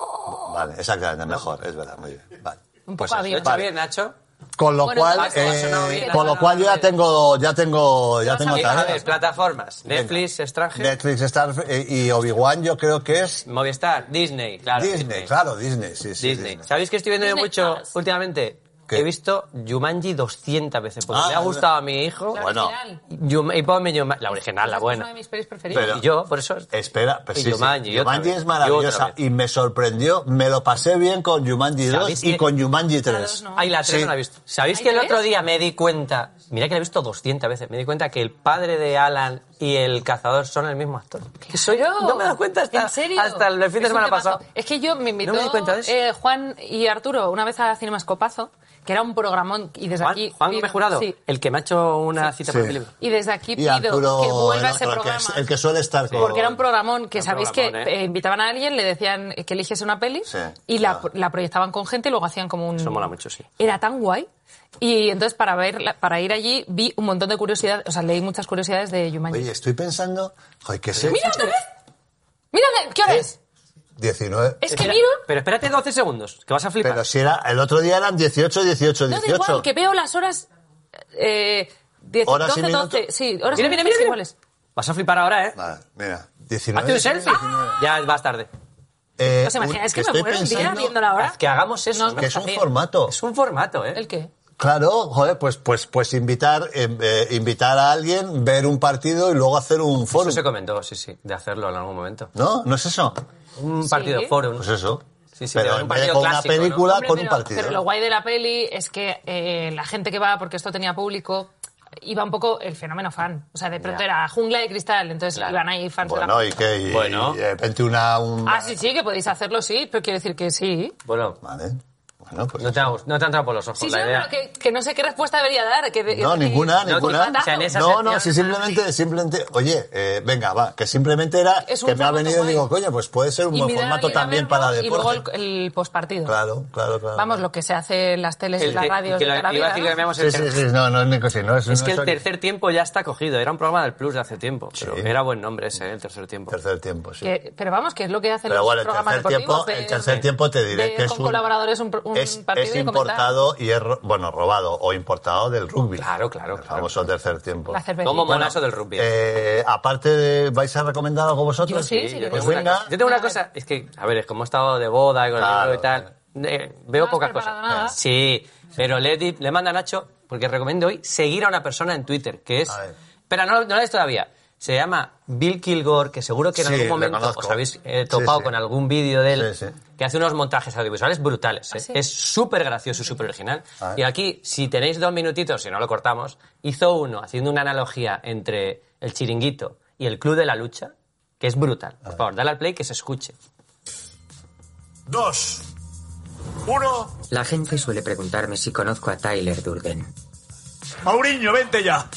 Speaker 4: Vale, exactamente, mejor, es verdad, muy bien. Vale.
Speaker 3: Un
Speaker 4: Pues
Speaker 2: ¿Lo
Speaker 3: poco
Speaker 4: eso.
Speaker 2: he
Speaker 3: avión.
Speaker 2: hecho
Speaker 4: Vale.
Speaker 2: bien, Nacho?
Speaker 4: Con lo
Speaker 3: Bueno,
Speaker 4: cual,
Speaker 3: entonces,
Speaker 2: ha sonado
Speaker 4: eh,
Speaker 2: bien,
Speaker 4: con
Speaker 2: ha
Speaker 4: lo
Speaker 2: sonado
Speaker 4: cual yo ya
Speaker 2: bien.
Speaker 4: tengo, ya tengo, ya
Speaker 3: Vas a
Speaker 4: tengo ¿eh?
Speaker 3: ver,
Speaker 2: A
Speaker 4: tarea.
Speaker 2: ver, plataformas. Netflix, extranjero.
Speaker 4: Netflix, Star eh, y Obi-Wan yo creo que es
Speaker 2: Movistar, Disney, claro.
Speaker 4: Disney, claro, Disney, sí, sí.
Speaker 2: Disney. ¿Sabéis que estoy viendo yo
Speaker 3: Disney
Speaker 2: mucho
Speaker 3: Plus.
Speaker 2: últimamente?
Speaker 4: ¿Qué?
Speaker 2: He visto Jumanji 200 veces porque
Speaker 4: Ah,
Speaker 2: le ha gustado a mi hijo.
Speaker 3: La
Speaker 4: Bueno.
Speaker 3: original.
Speaker 2: Yum- y ponme Jumanji- la original, la
Speaker 3: Es
Speaker 2: buena.
Speaker 3: una de mis pelis preferidas.
Speaker 4: Pero-
Speaker 2: Y yo, por eso.
Speaker 4: Espera, pues
Speaker 2: Y
Speaker 4: sí, sí.
Speaker 2: Jumanji, y otra
Speaker 4: Jumanji
Speaker 2: vez,
Speaker 4: es
Speaker 2: y otra
Speaker 4: maravillosa
Speaker 2: vez.
Speaker 4: y, me sorprendió. Me lo pasé bien con Jumanji 2
Speaker 2: ¿Sabéis
Speaker 4: y
Speaker 2: que-
Speaker 4: con Jumanji
Speaker 3: La
Speaker 4: 3.
Speaker 3: dos no.
Speaker 2: Ay, la 3
Speaker 4: Sí.
Speaker 2: no la he visto. ¿Sabéis
Speaker 3: ¿Hay
Speaker 2: que el
Speaker 3: tres?
Speaker 2: otro día me di cuenta? Mira que la he visto 200 veces. Me di cuenta que el padre de Alan y el cazador son el mismo actor. Que soy yo. No me he dado cuenta hasta,
Speaker 3: ¿En serio?
Speaker 2: hasta el fin
Speaker 3: Es
Speaker 2: de
Speaker 3: un
Speaker 2: semana
Speaker 3: temazo.
Speaker 2: pasado.
Speaker 3: Es que yo me invitó
Speaker 2: No me di cuenta de eso.
Speaker 3: eh, Juan y Arturo una vez a Cinemascopazo, que era un programón, y desde
Speaker 2: Juan,
Speaker 3: aquí...
Speaker 2: Juan
Speaker 3: pido-
Speaker 2: me jurado,
Speaker 3: Sí.
Speaker 2: el que me ha hecho una cita
Speaker 4: Sí.
Speaker 2: por mi libro.
Speaker 3: Y desde aquí
Speaker 4: Y
Speaker 3: pido
Speaker 4: Arturo,
Speaker 3: que vuelva
Speaker 4: el
Speaker 3: ese
Speaker 4: otro, el
Speaker 3: programa.
Speaker 4: que, el que suele estar con...
Speaker 3: Porque era un programón que
Speaker 2: Era un
Speaker 3: sabéis
Speaker 2: programón,
Speaker 3: que
Speaker 2: ¿eh?
Speaker 3: eh, invitaban a alguien, le decían que eligiese una peli
Speaker 4: Sí,
Speaker 3: y la,
Speaker 4: claro.
Speaker 3: la proyectaban con gente y luego hacían como un...
Speaker 2: Eso mola mucho, sí.
Speaker 3: Era tan guay. Y entonces para ver la- para ir allí vi un montón de curiosidades, o sea, leí muchas curiosidades de Jumanji.
Speaker 4: Oye, estoy pensando... Joder, ¿qué sé?
Speaker 3: ¡Mira, otra vez! ¡Mira, qué hora es!
Speaker 4: 19...
Speaker 3: Es que
Speaker 2: Espera-
Speaker 3: miro...
Speaker 2: Pero espérate 12 segundos, que vas a flipar.
Speaker 4: Pero si era... El otro día eran 18, 18,
Speaker 3: No, da
Speaker 4: 18.
Speaker 3: igual, que veo las horas... Eh, diez-
Speaker 4: Horas y
Speaker 3: 12,
Speaker 4: minutos.
Speaker 3: 12, sí, horas
Speaker 2: mira,
Speaker 3: y
Speaker 2: mira,
Speaker 3: minutos
Speaker 2: mira, mira.
Speaker 3: iguales.
Speaker 2: Vas a flipar ahora, ¿eh?
Speaker 4: Vale, mira. 19...
Speaker 2: Hazte un selfie. Ya vas tarde.
Speaker 4: Eh,
Speaker 3: ¿Os imagináis
Speaker 4: un-
Speaker 3: que me
Speaker 4: estoy
Speaker 3: muero un día
Speaker 4: pensando-
Speaker 3: viendo la hora?
Speaker 2: Haz Que hagamos eso.
Speaker 3: No,
Speaker 2: ¿no?
Speaker 4: que es un
Speaker 2: También.
Speaker 4: formato.
Speaker 2: Es un formato, ¿eh?
Speaker 3: ¿El qué?
Speaker 4: Claro, joder, pues, pues, pues invitar, eh, eh, invitar a alguien, ver un partido y luego hacer un
Speaker 2: Eso
Speaker 4: foro.
Speaker 2: se comentó, sí, sí, de hacerlo en algún momento.
Speaker 4: ¿No? ¿No es eso?
Speaker 2: Un
Speaker 3: Sí.
Speaker 2: partido forum.
Speaker 4: Pues eso.
Speaker 2: Sí, sí,
Speaker 4: pero
Speaker 2: un
Speaker 4: en vez de
Speaker 2: partido
Speaker 4: con una
Speaker 2: clásico, ¿no?
Speaker 4: película,
Speaker 3: Hombre,
Speaker 4: con un
Speaker 3: pero-
Speaker 4: partido.
Speaker 3: Pero lo guay de la peli es que eh, la gente que va, porque esto tenía público, iba un poco el fenómeno fan. O sea, de pronto
Speaker 2: Ya.
Speaker 3: era jungla de cristal, entonces
Speaker 2: Claro.
Speaker 3: iban ahí fans de la
Speaker 4: Bueno, y que y-
Speaker 2: Bueno.
Speaker 4: y de repente una... un-
Speaker 3: Ah, sí, sí, que podéis hacerlo, sí, pero quiero decir que sí.
Speaker 2: Bueno,
Speaker 4: Vale. Bueno, pues...
Speaker 2: no te, ha, gust- no te ha entrado por los ojos
Speaker 3: Sí, sí,
Speaker 2: la idea.
Speaker 3: pero que, que no sé qué respuesta debería dar. que de-
Speaker 4: No,
Speaker 3: que-
Speaker 4: ninguna,
Speaker 2: No,
Speaker 4: ninguna.
Speaker 2: que- o sea, en esa
Speaker 4: no, no,
Speaker 2: sección-
Speaker 4: si simplemente, simplemente, oye, eh, venga, va, que simplemente era
Speaker 3: Es un
Speaker 4: que me ha
Speaker 3: formato
Speaker 4: venido y digo,
Speaker 3: guay.
Speaker 4: coño, pues puede ser un
Speaker 3: Y
Speaker 4: buen
Speaker 3: mirar,
Speaker 4: formato
Speaker 3: ir a
Speaker 4: también
Speaker 3: verlo
Speaker 4: para
Speaker 3: Y luego
Speaker 4: deporte.
Speaker 3: el, el postpartido.
Speaker 4: Claro, claro, claro.
Speaker 3: Vamos, lo que se hace en las teles y
Speaker 2: El
Speaker 3: en las
Speaker 2: te-
Speaker 3: radios.
Speaker 2: que
Speaker 3: de
Speaker 2: la-
Speaker 3: toda la
Speaker 2: iba a
Speaker 3: vida,
Speaker 2: decir
Speaker 3: ¿no?
Speaker 2: que llamamos el
Speaker 4: Sí, sí,
Speaker 2: ter-
Speaker 4: sí, no, no es Nico, sí, no es,
Speaker 2: Es
Speaker 4: no
Speaker 2: que
Speaker 4: es
Speaker 2: el
Speaker 4: aquí.
Speaker 2: tercer tiempo ya está cogido. Era un programa del Plus de hace tiempo. Pero
Speaker 4: Sí.
Speaker 2: era buen nombre ese, ¿eh? el tercer tiempo.
Speaker 4: Tercer tiempo, sí.
Speaker 3: Que- pero vamos, que es lo que hacen
Speaker 4: Pero
Speaker 3: los
Speaker 4: bueno, el
Speaker 3: programas
Speaker 4: tercer
Speaker 3: deportivos.
Speaker 4: tiempo,
Speaker 3: de-
Speaker 4: el tercer tiempo te diré
Speaker 3: de-
Speaker 4: que es
Speaker 3: con
Speaker 4: un-
Speaker 3: colaboradores un, pro- un
Speaker 4: es,
Speaker 3: partido
Speaker 4: es
Speaker 3: y comentar.
Speaker 4: importado y es, ro- bueno, robado o importado del rugby.
Speaker 2: Claro, claro,
Speaker 4: El
Speaker 2: claro.
Speaker 4: famoso tercer tiempo.
Speaker 3: La cerveza.
Speaker 2: Como
Speaker 3: Bueno,
Speaker 2: monazo del rugby.
Speaker 4: Eh, aparte, de, ¿vais a recomendar algo vosotros?
Speaker 3: Yo sí, sí,
Speaker 2: yo,
Speaker 3: que
Speaker 4: pues
Speaker 2: tengo una
Speaker 4: venga.
Speaker 2: cosa- yo tengo una cosa. Es que, a ver, es como he estado de boda y con el
Speaker 4: Claro.
Speaker 2: libro y tal. eh, veo
Speaker 3: No has
Speaker 2: pocas
Speaker 3: preparado
Speaker 2: cosas.
Speaker 3: nada.
Speaker 2: Sí, pero le, di- le manda a Nacho, porque recomiendo hoy seguir a una persona en Twitter, que es.
Speaker 4: A ver.
Speaker 2: Pero no, no la es todavía. Se llama Bill Kilgore, que seguro que en
Speaker 4: Sí,
Speaker 2: algún
Speaker 4: le
Speaker 2: momento
Speaker 4: conozco.
Speaker 2: os habéis eh,
Speaker 4: Sí,
Speaker 2: topado
Speaker 4: sí.
Speaker 2: con algún vídeo de él,
Speaker 4: Sí, sí.
Speaker 2: que hace unos montajes audiovisuales brutales. ¿eh?
Speaker 3: sí?
Speaker 2: Es súper gracioso y súper original.
Speaker 4: A ver.
Speaker 2: Y aquí, si tenéis dos minutitos, si no lo cortamos, hizo uno haciendo una analogía entre el chiringuito y el club de la lucha, que es brutal.
Speaker 4: Ah.
Speaker 2: Por favor, dale al play que se escuche.
Speaker 7: Dos. Uno.
Speaker 8: La gente suele preguntarme si conozco a Tyler Durden.
Speaker 7: Mauriño, vente ya.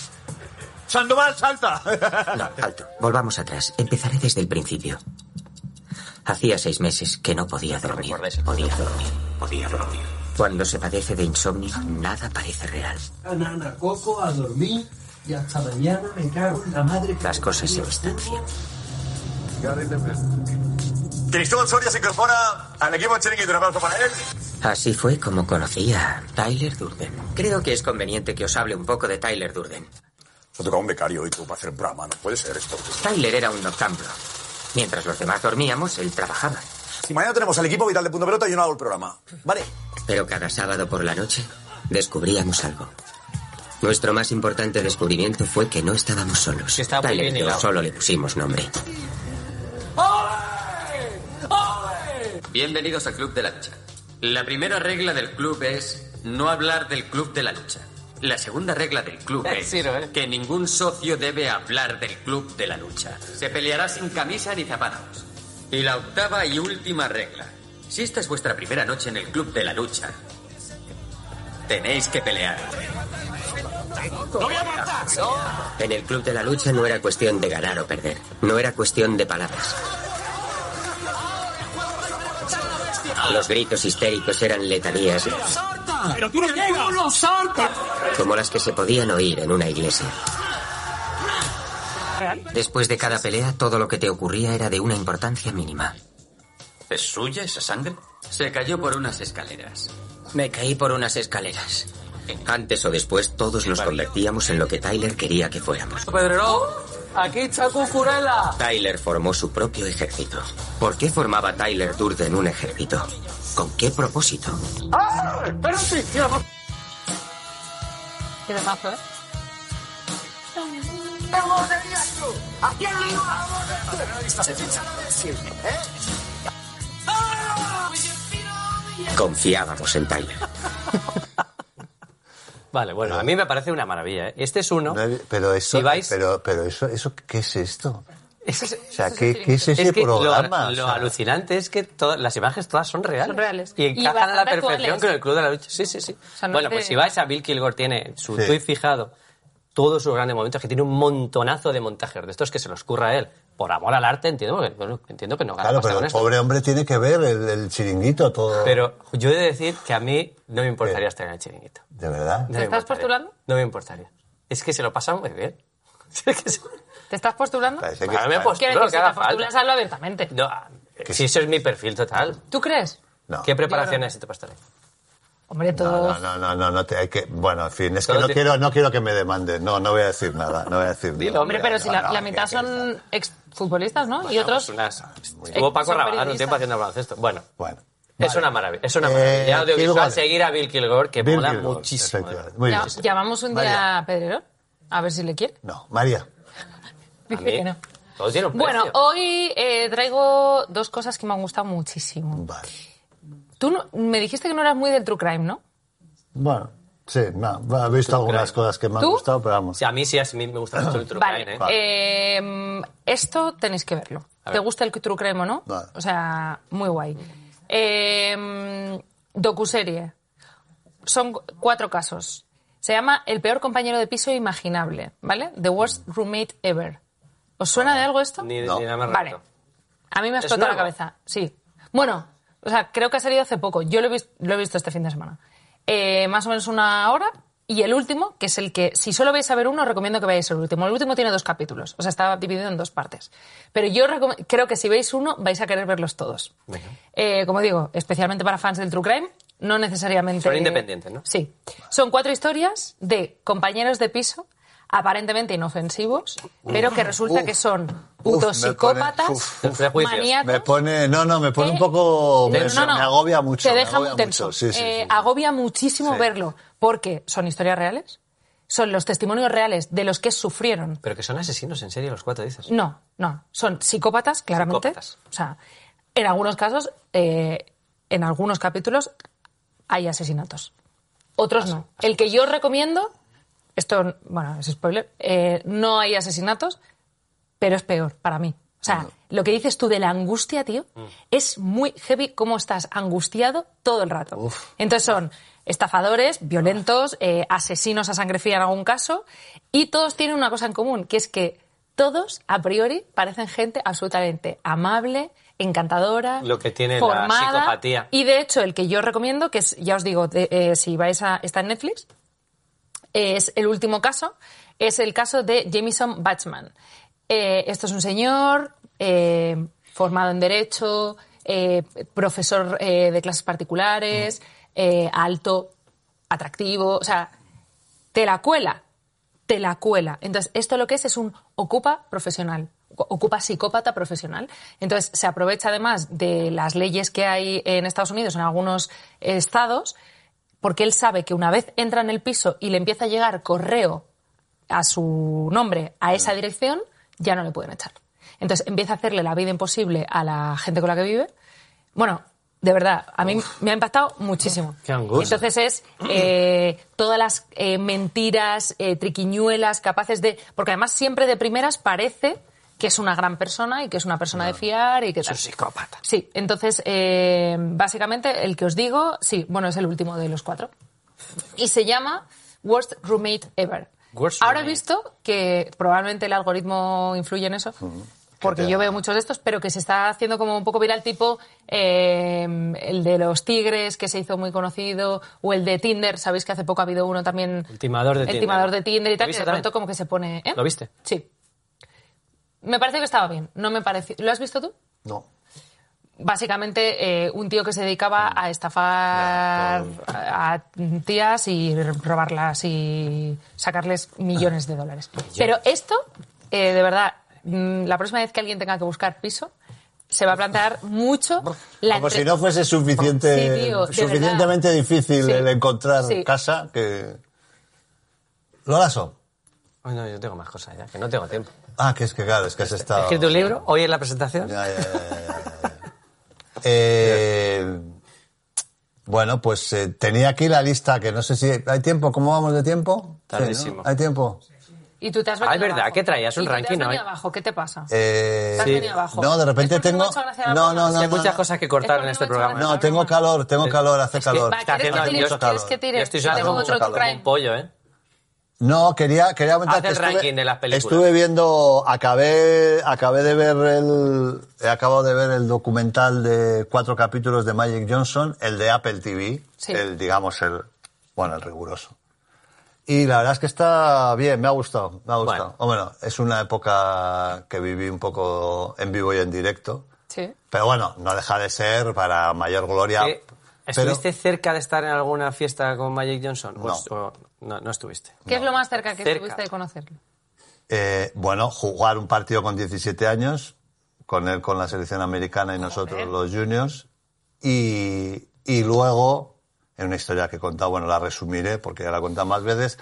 Speaker 7: Sandoval, salta.
Speaker 8: No, alto. Volvamos atrás. Empezaré desde el principio. Hacía seis meses que no podía dormir.
Speaker 2: recordáis el
Speaker 8: Podía dormir. Podía dormir. Cuando se padece de insomnio, nada parece real.
Speaker 1: Nana Coco, a dormir y hasta mañana me cago en la madre.
Speaker 8: Las cosas se distancian.
Speaker 7: Cristóbal Soria se incorpora al equipo Chiringuito. Un aplauso para él.
Speaker 8: Así fue como conocí a Tyler Durden. Creo que es conveniente que os hable un poco de Tyler Durden.
Speaker 7: Se toca un becario hoy tú para hacer brama. No puede ser esto.
Speaker 8: Tyler era un noctámbulo. Mientras los demás dormíamos, él trabajaba.
Speaker 7: Y mañana tenemos al equipo vital de Punto Pelota y yo no hago el programa. Vale.
Speaker 8: Pero cada sábado por la noche descubríamos algo. Nuestro más importante descubrimiento fue que no estábamos solos.
Speaker 2: Que estaba muy
Speaker 8: Tyler
Speaker 2: bien
Speaker 8: y yo
Speaker 2: hilado.
Speaker 8: solo le pusimos nombre.
Speaker 9: Bienvenidos al Club de la Lucha. La primera regla del club es no hablar del Club de la Lucha. La segunda regla del club es
Speaker 2: Sí, ¿no, eh?
Speaker 9: que ningún socio debe hablar del Club de la Lucha. Se peleará sin camisa ni zapatos. Y la octava y última regla. Si esta es vuestra primera noche en el Club de la Lucha, tenéis que pelear.
Speaker 8: En el club de la lucha no era cuestión de ganar o perder. No era cuestión de palabras. Los gritos histéricos eran letanías
Speaker 7: Pero tú no llegas.
Speaker 8: como las que se podían oír en una iglesia. Después de cada pelea, todo lo que te ocurría era de una importancia mínima.
Speaker 9: ¿Es suya esa sangre? Se cayó por unas escaleras.
Speaker 8: Me caí por unas escaleras. Antes o después todos nos convertíamos en lo que Tyler quería que fuéramos.
Speaker 2: Pedrerón, aquí está Cucurela.
Speaker 8: Tyler formó su propio ejército. ¿Por qué formaba Tyler Durden un ejército? ¿Con qué propósito?
Speaker 3: Qué temazo, ¿eh?
Speaker 8: ¿eh? Confiábamos en Tyler.
Speaker 2: Vale, bueno, a mí me parece una maravilla. ¿eh? Este es uno.
Speaker 4: No he- Pero eso,
Speaker 2: Si vais-
Speaker 4: pero, pero eso, eso, ¿qué es esto?
Speaker 2: Es que-
Speaker 4: O sea,
Speaker 3: Eso es
Speaker 4: ¿qué,
Speaker 3: el
Speaker 4: qué es ese
Speaker 2: es que lo-
Speaker 4: programa?
Speaker 2: Lo,
Speaker 4: O sea,
Speaker 2: alucinante es que todas, las imágenes todas son reales.
Speaker 3: Son reales.
Speaker 2: Y
Speaker 3: Y
Speaker 2: encajan a la
Speaker 3: bastante
Speaker 2: perfección
Speaker 3: actuales.
Speaker 2: con el Club de la Lucha. Sí, sí, sí.
Speaker 3: sea, no
Speaker 2: bueno,
Speaker 3: es de-
Speaker 2: pues si vais a Bill Kilgore, tiene su
Speaker 4: Sí.
Speaker 2: tuit fijado, todos sus grandes momentos, que tiene un montonazo de montajes de estos que se los curra a él. Por amor al arte, entiendo, porque, bueno, entiendo que no gana
Speaker 4: claro,
Speaker 2: pasta
Speaker 4: pero
Speaker 2: con
Speaker 4: el
Speaker 2: esto.
Speaker 4: pobre hombre tiene que ver el, el chiringuito todo.
Speaker 2: Pero yo he de decir que a mí no me importaría
Speaker 4: ¿Qué?
Speaker 2: estar en el chiringuito.
Speaker 4: ¿De verdad?
Speaker 2: No me
Speaker 3: estás
Speaker 2: importaría.
Speaker 3: postulando?
Speaker 2: No me importaría. Es que se lo pasan muy bien. Es que se-
Speaker 3: ¿Te estás postulando? Pues
Speaker 4: Parece Pues que-
Speaker 2: Ahora me
Speaker 4: parece-
Speaker 2: postulo,
Speaker 3: Quiero
Speaker 2: que
Speaker 3: decir, si
Speaker 2: haga
Speaker 3: te
Speaker 2: falta.
Speaker 3: postulas, hazlo abiertamente.
Speaker 2: No, ah, si eso es mi perfil total.
Speaker 3: ¿Tú crees?
Speaker 4: No.
Speaker 2: ¿Qué preparación necesito para estar ahí?
Speaker 3: Hombre, todo...
Speaker 4: No, no, no, no, no te- hay que, bueno, en fin, es que
Speaker 2: Todo
Speaker 4: no
Speaker 2: te-
Speaker 4: quiero, no quiero que me demanden, no, no voy a decir nada, no voy a decir nada.
Speaker 3: Hombre, pero si la,
Speaker 4: No,
Speaker 3: la
Speaker 4: no,
Speaker 3: mitad
Speaker 4: que- que-
Speaker 3: son exfutbolistas, ¿no? y
Speaker 2: Bueno,
Speaker 3: otros...
Speaker 2: pues unas- Estuvo Paco
Speaker 3: Ah, son
Speaker 2: Rabanal un
Speaker 3: periodistas.
Speaker 2: tiempo haciendo baloncesto. Bueno,
Speaker 4: Bueno,
Speaker 2: Es una maravilla. Es una maravilla.
Speaker 4: Eh,
Speaker 2: audiovisual,
Speaker 4: Kilgore.
Speaker 2: seguir a Bill Kilgore, que
Speaker 4: Bill
Speaker 2: mola
Speaker 4: Gilmore,
Speaker 2: muchísimo. ¿eh? de
Speaker 4: efectivamente.
Speaker 2: verdad.
Speaker 4: Muy bien.
Speaker 3: Ya- llamamos un día a Pedrero, a ver si le quiere.
Speaker 4: No,
Speaker 2: A
Speaker 4: María.
Speaker 3: Dice
Speaker 2: mí,
Speaker 3: que no.
Speaker 2: todo tiene un
Speaker 3: Bueno,
Speaker 2: precio.
Speaker 3: hoy eh, traigo dos cosas que me han gustado muchísimo.
Speaker 4: Vale.
Speaker 3: Tú no- me dijiste que no eras muy del true crime, ¿no?
Speaker 4: Bueno, sí, no, he visto algunas cosas que me han
Speaker 3: ¿Tú?
Speaker 4: gustado, pero vamos.
Speaker 2: Sí, a mí sí, a mí me gusta mucho el true
Speaker 3: Vale.
Speaker 2: crime, ¿eh?
Speaker 3: Eh, esto tenéis que verlo.
Speaker 2: A
Speaker 3: ¿Te
Speaker 2: ver.
Speaker 3: gusta el true crime o no?
Speaker 4: Vale.
Speaker 3: O sea, muy guay. Eh, docuserie. Son cu- cuatro casos. Se llama El peor compañero de piso imaginable, ¿vale? The worst roommate ever. ¿Os suena de algo esto?
Speaker 2: Ni,
Speaker 4: No.
Speaker 2: ni nada más
Speaker 3: Vale.
Speaker 2: raro.
Speaker 3: A mí me ha
Speaker 2: ¿Es
Speaker 3: explotado la
Speaker 2: nuevo?
Speaker 3: cabeza. Sí. Bueno, o sea, creo que ha salido hace poco. Yo lo he, vis- lo he visto este fin de semana. Eh, más o menos una hora. Y el último, que es el que, si solo vais a ver uno, os recomiendo que veáis el último. El último tiene dos capítulos, o sea, está dividido en dos partes. Pero yo recom- creo que si veis uno, vais a querer verlos todos. Eh, como digo, especialmente para fans del True Crime, no necesariamente.
Speaker 2: Son independientes, ¿no?
Speaker 3: Sí. Son cuatro historias de compañeros de piso, aparentemente inofensivos, pero que resulta
Speaker 4: uf,
Speaker 3: que son
Speaker 4: uf,
Speaker 3: putos
Speaker 4: me pone-
Speaker 3: psicópatas,
Speaker 4: uf,
Speaker 2: uf. Prejuicios.
Speaker 3: maníacos.
Speaker 4: Me pone, no, no, me pone un poco,
Speaker 3: Te-
Speaker 4: me,
Speaker 3: no, no,
Speaker 4: me agobia mucho.
Speaker 3: Te
Speaker 4: me
Speaker 3: deja
Speaker 4: agobia
Speaker 3: muy tenso.
Speaker 4: mucho, Sí, sí,
Speaker 3: Eh,
Speaker 4: sí.
Speaker 3: Agobia muchísimo
Speaker 4: Sí.
Speaker 3: verlo, porque son historias reales, son los testimonios reales de los que sufrieron.
Speaker 2: Pero que son asesinos, en serio, los cuatro dices.
Speaker 3: No, no, son psicópatas, claramente.
Speaker 2: Psicópatas.
Speaker 3: O sea, en algunos casos, eh, en algunos capítulos, hay asesinatos. Otros no. El que yo recomiendo, esto, bueno, es spoiler, eh, no hay asesinatos, pero es peor para mí. O sea, lo que dices tú de la angustia, tío,
Speaker 2: Mm.
Speaker 3: es muy heavy cómo estás angustiado todo el rato. Entonces son estafadores, violentos, eh, asesinos a sangre fría en algún caso, y todos tienen una cosa en común, que es que todos, a priori, parecen gente absolutamente amable, encantadora,
Speaker 2: Lo que tiene la
Speaker 3: formada,
Speaker 2: psicopatía.
Speaker 3: Y de hecho, el que yo recomiendo, que es, ya os digo, de- eh, si vais a, está en Netflix, es el último caso, es el caso de Jameson Batchman. Eh, esto es un señor eh, formado en Derecho, eh, profesor eh, de clases particulares, eh, alto, atractivo, o sea, te la cuela, te la cuela. Entonces, esto lo que es es un ocupa profesional, ocupa psicópata profesional. Entonces, se aprovecha además de las leyes que hay en Estados Unidos, en algunos eh, estados, porque él sabe que una vez entra en el piso y le empieza a llegar correo a su nombre, a esa dirección, ya no le pueden echar. Entonces, empieza a hacerle la vida imposible a la gente con la que vive. Bueno, de verdad, a mí me ha impactado muchísimo.
Speaker 2: Qué angustia.
Speaker 3: Entonces es eh, todas las eh, mentiras, eh, triquiñuelas, capaces de... Porque además siempre de primeras parece que es una gran persona y que es una persona de fiar y que tal.
Speaker 2: Son psicópatas.
Speaker 3: Sí, entonces, eh, básicamente, el que os digo, sí, bueno, es el último de los cuatro. Y se llama Worst Roommate Ever.
Speaker 2: Worst
Speaker 3: Ahora he
Speaker 2: Roommate.
Speaker 3: visto que probablemente el algoritmo influye en eso, porque
Speaker 4: te
Speaker 3: yo
Speaker 4: da-
Speaker 3: veo muchos de estos, pero que se está haciendo como un poco viral, tipo eh, el de los tigres, que se hizo muy conocido, o el de Tinder, sabéis que hace poco ha habido uno también...
Speaker 2: El timador de
Speaker 3: el
Speaker 2: Tinder.
Speaker 3: timador de Tinder y
Speaker 2: ¿Lo
Speaker 3: tal, que
Speaker 2: viste
Speaker 3: de pronto
Speaker 2: también?
Speaker 3: como que se pone... ¿eh?
Speaker 2: ¿Lo viste?
Speaker 3: Sí. Me pareció que estaba bien, no me pareció... ¿Lo has visto tú?
Speaker 4: No.
Speaker 3: básicamente eh, un tío que se dedicaba a estafar a, a tías y robarlas y sacarles millones de dólares. Pero esto, eh, de verdad, mm, la próxima vez que alguien tenga que buscar piso, se va a plantear mucho la
Speaker 4: Como
Speaker 3: entre-
Speaker 4: si no fuese suficiente,
Speaker 3: Sí, tío, de
Speaker 4: suficientemente
Speaker 3: verdad.
Speaker 4: difícil
Speaker 3: Sí.
Speaker 4: el encontrar
Speaker 3: Sí.
Speaker 4: casa que... Loraso.
Speaker 2: Ay, no, yo tengo más cosas ya, que no tengo tiempo.
Speaker 4: Ah, que es que claro, es que has
Speaker 2: He
Speaker 4: estado...
Speaker 2: escrito un libro, hoy en la presentación.
Speaker 4: Ah. Ya, ya, ya, ya, ya. Eh, bueno, pues eh, tenía aquí la lista que no sé si... ¿Hay tiempo? ¿Cómo vamos de tiempo? Sí, ¿no?
Speaker 2: Tardísimo.
Speaker 4: ¿Hay tiempo?
Speaker 3: Y tú te has
Speaker 2: Ah, es
Speaker 3: venido
Speaker 2: verdad,
Speaker 3: abajo.
Speaker 2: que traías un
Speaker 3: Y tú te has
Speaker 2: ranking
Speaker 3: venido
Speaker 2: hoy.
Speaker 3: abajo, ¿qué te pasa?
Speaker 4: Eh,
Speaker 3: Te has venido abajo.
Speaker 4: No, de repente
Speaker 3: Es porque no me
Speaker 4: tengo...
Speaker 3: ha hecho gracia la
Speaker 4: No, no,
Speaker 3: broma.
Speaker 4: no.
Speaker 2: Hay
Speaker 4: no,
Speaker 2: muchas
Speaker 4: no.
Speaker 2: cosas que
Speaker 3: Es
Speaker 2: cortar en
Speaker 3: porque
Speaker 2: este
Speaker 3: no me he hecho
Speaker 2: programa.
Speaker 3: gracia.
Speaker 4: No, tengo calor, tengo calor, hace calor.
Speaker 3: Va,
Speaker 2: está
Speaker 3: ¿quieres
Speaker 2: haciendo
Speaker 3: que tire?
Speaker 2: nervioso.
Speaker 3: ¿Quieres que tire?
Speaker 2: Yo estoy
Speaker 3: Yo tengo
Speaker 2: sudando
Speaker 4: mucho
Speaker 3: otro
Speaker 4: calor.
Speaker 3: true crime.
Speaker 2: como un pollo, ¿eh?
Speaker 4: No, quería, quería comentar
Speaker 2: Haz
Speaker 4: que
Speaker 2: el
Speaker 4: estuve,
Speaker 2: ranking de las películas.
Speaker 4: estuve viendo, acabé, acabé de ver el, he acabado de ver el documental de cuatro capítulos de Magic Johnson, el de Apple TV,
Speaker 3: Sí.
Speaker 4: el, digamos, el, bueno, el riguroso. Y la verdad es que está bien, me ha gustado, me ha gustado.
Speaker 2: Bueno.
Speaker 4: O bueno, es una época que viví un poco en vivo y en directo.
Speaker 3: Sí.
Speaker 4: Pero bueno, no deja de ser para mayor gloria.
Speaker 2: Eh,
Speaker 4: pero-
Speaker 2: ¿Estuviste cerca de estar en alguna fiesta con Magic Johnson? ¿O
Speaker 4: No.
Speaker 2: es- o- no, no estuviste.
Speaker 3: ¿Qué es lo más cerca que
Speaker 2: Cerca.
Speaker 3: estuviste de conocerlo?
Speaker 4: Eh, bueno, jugar un partido con 17 años, con él con la selección americana y nosotros los juniors, Y, y luego, en una historia que he contado, bueno, la resumiré porque ya la he contado más veces,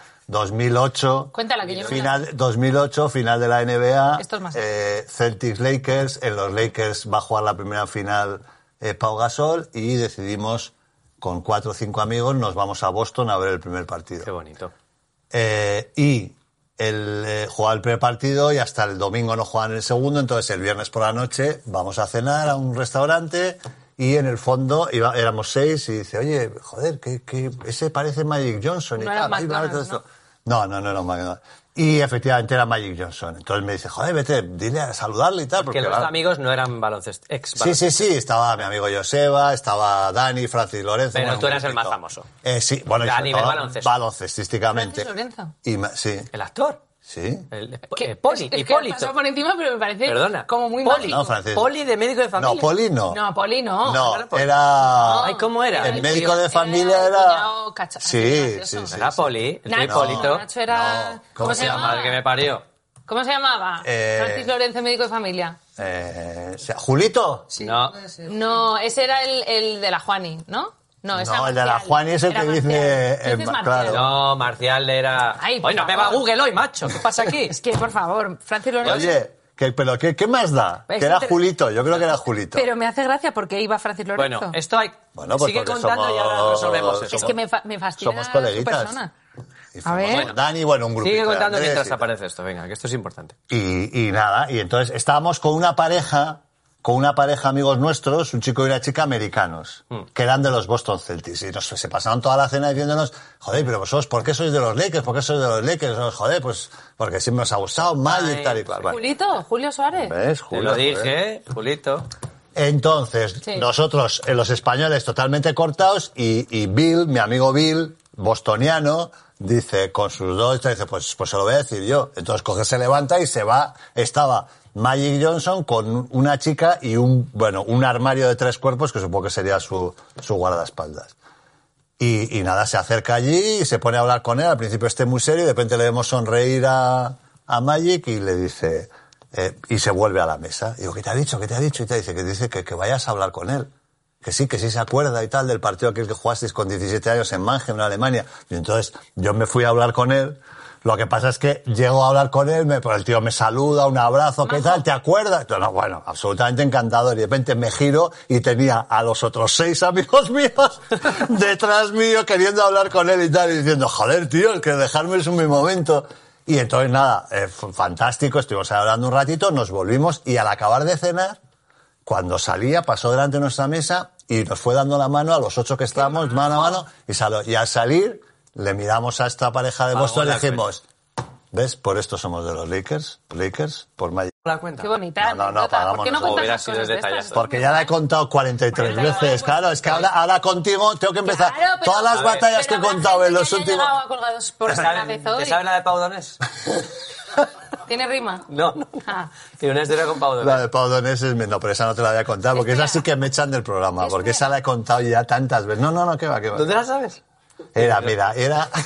Speaker 4: 2008...
Speaker 3: Cuéntala, que yo no me la
Speaker 4: final, 2008, final de la NBA.
Speaker 3: Esto es más.
Speaker 4: eh, Celtics Lakers. En los Lakers va a jugar la primera final eh, Pau Gasol y decidimos con cuatro o cinco amigos nos vamos a Boston a ver el primer partido.
Speaker 2: Qué bonito.
Speaker 4: Eh, y el, eh, jugaba el primer partido y hasta el domingo no jugaban el segundo, entonces el viernes por la noche vamos a cenar a un restaurante y en el fondo iba- éramos seis y dice, oye, joder, que, que ese parece Magic Johnson y
Speaker 3: No era
Speaker 4: tal, ahí va,
Speaker 3: McDonald's,
Speaker 4: todo esto". No, no, no era un McDonald's. Y efectivamente era Magic Johnson. Entonces me dice, joder, vete, dile a saludarle y tal.
Speaker 2: Que los
Speaker 4: va-
Speaker 2: amigos no eran baloncesto. Ex
Speaker 4: Sí, sí, sí, estaba mi amigo Joseba, estaba Dani, Francis Lorenzo.
Speaker 2: Pero
Speaker 4: bueno,
Speaker 2: tú
Speaker 4: un
Speaker 2: eras el
Speaker 4: grupito.
Speaker 2: más famoso.
Speaker 4: Eh, sí, bueno, y
Speaker 2: A
Speaker 4: sobre
Speaker 2: nivel
Speaker 4: todo
Speaker 2: baloncesto.
Speaker 4: Baloncestísticamente.
Speaker 3: Francis Lorenzo.
Speaker 4: Y ma- sí,
Speaker 2: El actor.
Speaker 4: sí.
Speaker 2: El,
Speaker 3: Que-
Speaker 2: eh, Poli.
Speaker 3: es- es
Speaker 2: y
Speaker 3: que
Speaker 2: Polito.
Speaker 3: pasó por encima, pero me parece
Speaker 2: Perdona.
Speaker 3: como muy
Speaker 2: Poli.
Speaker 3: mágico.
Speaker 4: No, Francisco.
Speaker 2: Poli de médico de familia.
Speaker 4: No, Poli no.
Speaker 3: No, Poli no.
Speaker 4: No,
Speaker 2: claro, Poli.
Speaker 4: era.
Speaker 2: Ay, ¿cómo era?
Speaker 4: El médico de
Speaker 3: Era eh,
Speaker 4: familia
Speaker 3: el
Speaker 4: era.
Speaker 3: cuñado cacha-
Speaker 4: Sí,
Speaker 3: gracioso.
Speaker 4: sí, sí.
Speaker 2: Era Poli. El
Speaker 3: Nacho,
Speaker 2: Polito.
Speaker 3: Nacho era...
Speaker 4: No, ¿cómo
Speaker 3: ¿Cómo se
Speaker 4: se
Speaker 3: llamaba?
Speaker 2: Madre que me parió.
Speaker 3: ¿Cómo se llamaba?
Speaker 4: Eh,
Speaker 3: Francis Lorenzo, médico de familia.
Speaker 4: Eh, o sea, ¿Julito?
Speaker 5: Sí,
Speaker 2: No.
Speaker 5: puede ser.
Speaker 3: No, ese era el, el de la Juani, ¿no? No, esa
Speaker 4: No, el de la
Speaker 3: Marcial.
Speaker 4: Juani es el
Speaker 3: Era
Speaker 4: que
Speaker 3: Marcial.
Speaker 4: dice,
Speaker 3: Tú
Speaker 4: eh,
Speaker 3: dices Marcial.
Speaker 4: claro.
Speaker 2: No, Marcial era.
Speaker 3: Ay, por
Speaker 2: Oye, no me va
Speaker 3: favor.
Speaker 2: Google hoy, macho. ¿Qué pasa aquí?
Speaker 3: Es que, por favor, Francis Lorenzo...
Speaker 4: Oye, que, pero ¿qué, qué más da?
Speaker 2: Pues
Speaker 3: Es
Speaker 4: Que era
Speaker 3: inter-
Speaker 4: Julito, yo creo que era Julito.
Speaker 3: Pero me hace gracia porque iba Francis Lorenzo.
Speaker 2: Bueno, esto hay.
Speaker 4: Bueno, pues
Speaker 2: Sigue
Speaker 4: porque
Speaker 2: contando y ahora
Speaker 4: somos-
Speaker 2: resolvemos
Speaker 4: Es
Speaker 2: eso.
Speaker 3: es que me, fa- me fascina
Speaker 4: somos
Speaker 3: su
Speaker 4: coleguitas.
Speaker 3: persona.
Speaker 4: Y fuimos
Speaker 3: ver.
Speaker 4: con Dani, bueno, un grupo.
Speaker 2: Sigue contando
Speaker 4: que
Speaker 2: mientras aparece esto, venga, que esto es importante.
Speaker 4: Y, y nada, y entonces estábamos con una pareja, con una pareja amigos nuestros, un chico y una chica americanos,
Speaker 2: Hmm.
Speaker 4: que eran de los Boston Celtics. Y nos, se pasaron toda la cena diciéndonos, joder, pero vosotros, ¿por qué sois de los Lakers? ¿Por qué sois de los Lakers? Nosotros, joder, pues porque siempre nos ha gustado mal y
Speaker 2: Ay,
Speaker 4: tal y cual. Bueno,
Speaker 3: Julito, Julio Suárez.
Speaker 4: ¿Ves,
Speaker 2: Te
Speaker 4: Julio?
Speaker 2: lo
Speaker 4: Joder.
Speaker 2: dije, Julito.
Speaker 4: Entonces,
Speaker 3: Sí.
Speaker 4: nosotros, eh, los españoles, totalmente cortados, y, y Bill, mi amigo Bill, bostoniano, dice con sus dos, dice, pues, pues se lo voy a decir yo. Entonces coge, se levanta y se va. Estaba Magic Johnson con una chica y un, bueno, un armario de tres cuerpos que supongo que sería su, su guardaespaldas. Y, y nada, se acerca allí y se pone a hablar con él. Al principio esté muy serio y de repente le vemos sonreír a, a Magic y le dice... eh, y se vuelve a la mesa. Digo, ¿qué te ha dicho? ¿Qué te ha dicho? Y te dice que dice que, que vayas a hablar con él. Que sí, que sí se acuerda y tal del partido aquel que jugasteis con 17 años en Mannheim, en Alemania. Y entonces yo me fui a hablar con él. Lo que pasa es que llego a hablar con él, me, pero el tío me saluda, un abrazo, ¿qué tal? ¿Te acuerdas? No, bueno, absolutamente encantado. Y de repente me giro y tenía a los otros seis amigos míos detrás mío queriendo hablar con él y tal, y diciendo, joder, tío, el que dejarme es un mi momento. Y entonces nada, eh, fue fantástico, estuvimos hablando un ratito, nos volvimos y al acabar de cenar, cuando salía, pasó delante de nuestra mesa y nos fue dando la mano a los ocho que estábamos, mano a mano, y, salió. y al salir le miramos a esta pareja de
Speaker 3: Ah,
Speaker 2: Pagó
Speaker 4: Boston y
Speaker 2: la
Speaker 4: dijimos, ¿ves? Por esto somos de los Lakers, Lakers, por Magic.
Speaker 2: ¿La cuenta?
Speaker 3: Qué bonita.
Speaker 4: No, no, no,
Speaker 3: anécdota.
Speaker 4: pagamos
Speaker 3: ¿Por qué no
Speaker 4: nosotros.
Speaker 3: cuentas
Speaker 2: Hubiera
Speaker 3: esas
Speaker 2: sido
Speaker 3: cosas de
Speaker 2: detallazo.
Speaker 3: estas?
Speaker 4: Porque ya la he contado 43
Speaker 3: Bueno,
Speaker 4: veces, claro, es que ahora, ahora contigo tengo que empezar.
Speaker 3: Claro, pero-
Speaker 4: Todas las
Speaker 3: A ver,
Speaker 4: batallas que he
Speaker 3: pero habrá
Speaker 4: contado en
Speaker 3: gente
Speaker 4: los
Speaker 3: que haya
Speaker 4: últimos...
Speaker 3: llegado a colgados por
Speaker 2: ¿Te
Speaker 3: esa
Speaker 2: saben-
Speaker 3: cabeza hoy.
Speaker 2: ¿Te saben la de Pau Donés?
Speaker 3: ¿Tiene rima?
Speaker 2: No, no.
Speaker 3: Ah.
Speaker 2: Tiene una historia con Pau Donés.
Speaker 4: La de Pau Donés es mi- No, pero esa no te la voy a contar, porque
Speaker 3: Espera.
Speaker 4: esa sí que me echan del programa, porque
Speaker 3: Espera.
Speaker 4: esa la he contado ya tantas veces. No, no, no, que va, que va.
Speaker 2: ¿Dónde la sabes?
Speaker 4: Era, mira, era...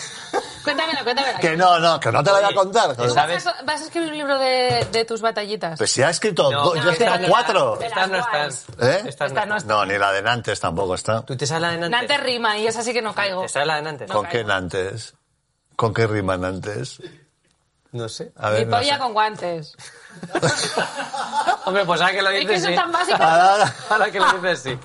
Speaker 3: Cuéntamela, cuéntamela.
Speaker 4: que no, no, que no te la voy a
Speaker 2: Oye,
Speaker 4: contar.
Speaker 2: ¿sabes?
Speaker 4: joder.
Speaker 3: ¿Vas a, vas a escribir un libro de, de tus batallitas?
Speaker 4: Pues si ha escrito...
Speaker 2: No,
Speaker 4: dos-
Speaker 2: no,
Speaker 4: yo he
Speaker 2: esta
Speaker 4: escrito
Speaker 2: no era.
Speaker 4: cuatro.
Speaker 3: Espera.
Speaker 2: Estas no están.
Speaker 4: ¿Eh?
Speaker 2: Estas no
Speaker 3: Esta no
Speaker 2: están.
Speaker 3: está.
Speaker 4: No, ni la de Nantes tampoco está.
Speaker 2: ¿Tú te sabes la de Nantes?
Speaker 3: Nantes rima y esa sí que no caigo.
Speaker 2: ¿Te sabes la de Nantes?
Speaker 4: ¿Con qué Nantes? ¿Con qué rima Nantes?
Speaker 2: No sé.
Speaker 4: A
Speaker 3: Mi
Speaker 4: ver, no
Speaker 3: polla
Speaker 4: sé. Ah.
Speaker 3: con guantes.
Speaker 2: Hombre, pues ahora que lo
Speaker 3: Es que
Speaker 2: dices
Speaker 3: son
Speaker 2: sí.
Speaker 3: tan básicas,
Speaker 4: Ahora-
Speaker 2: Ahora que lo dices sí.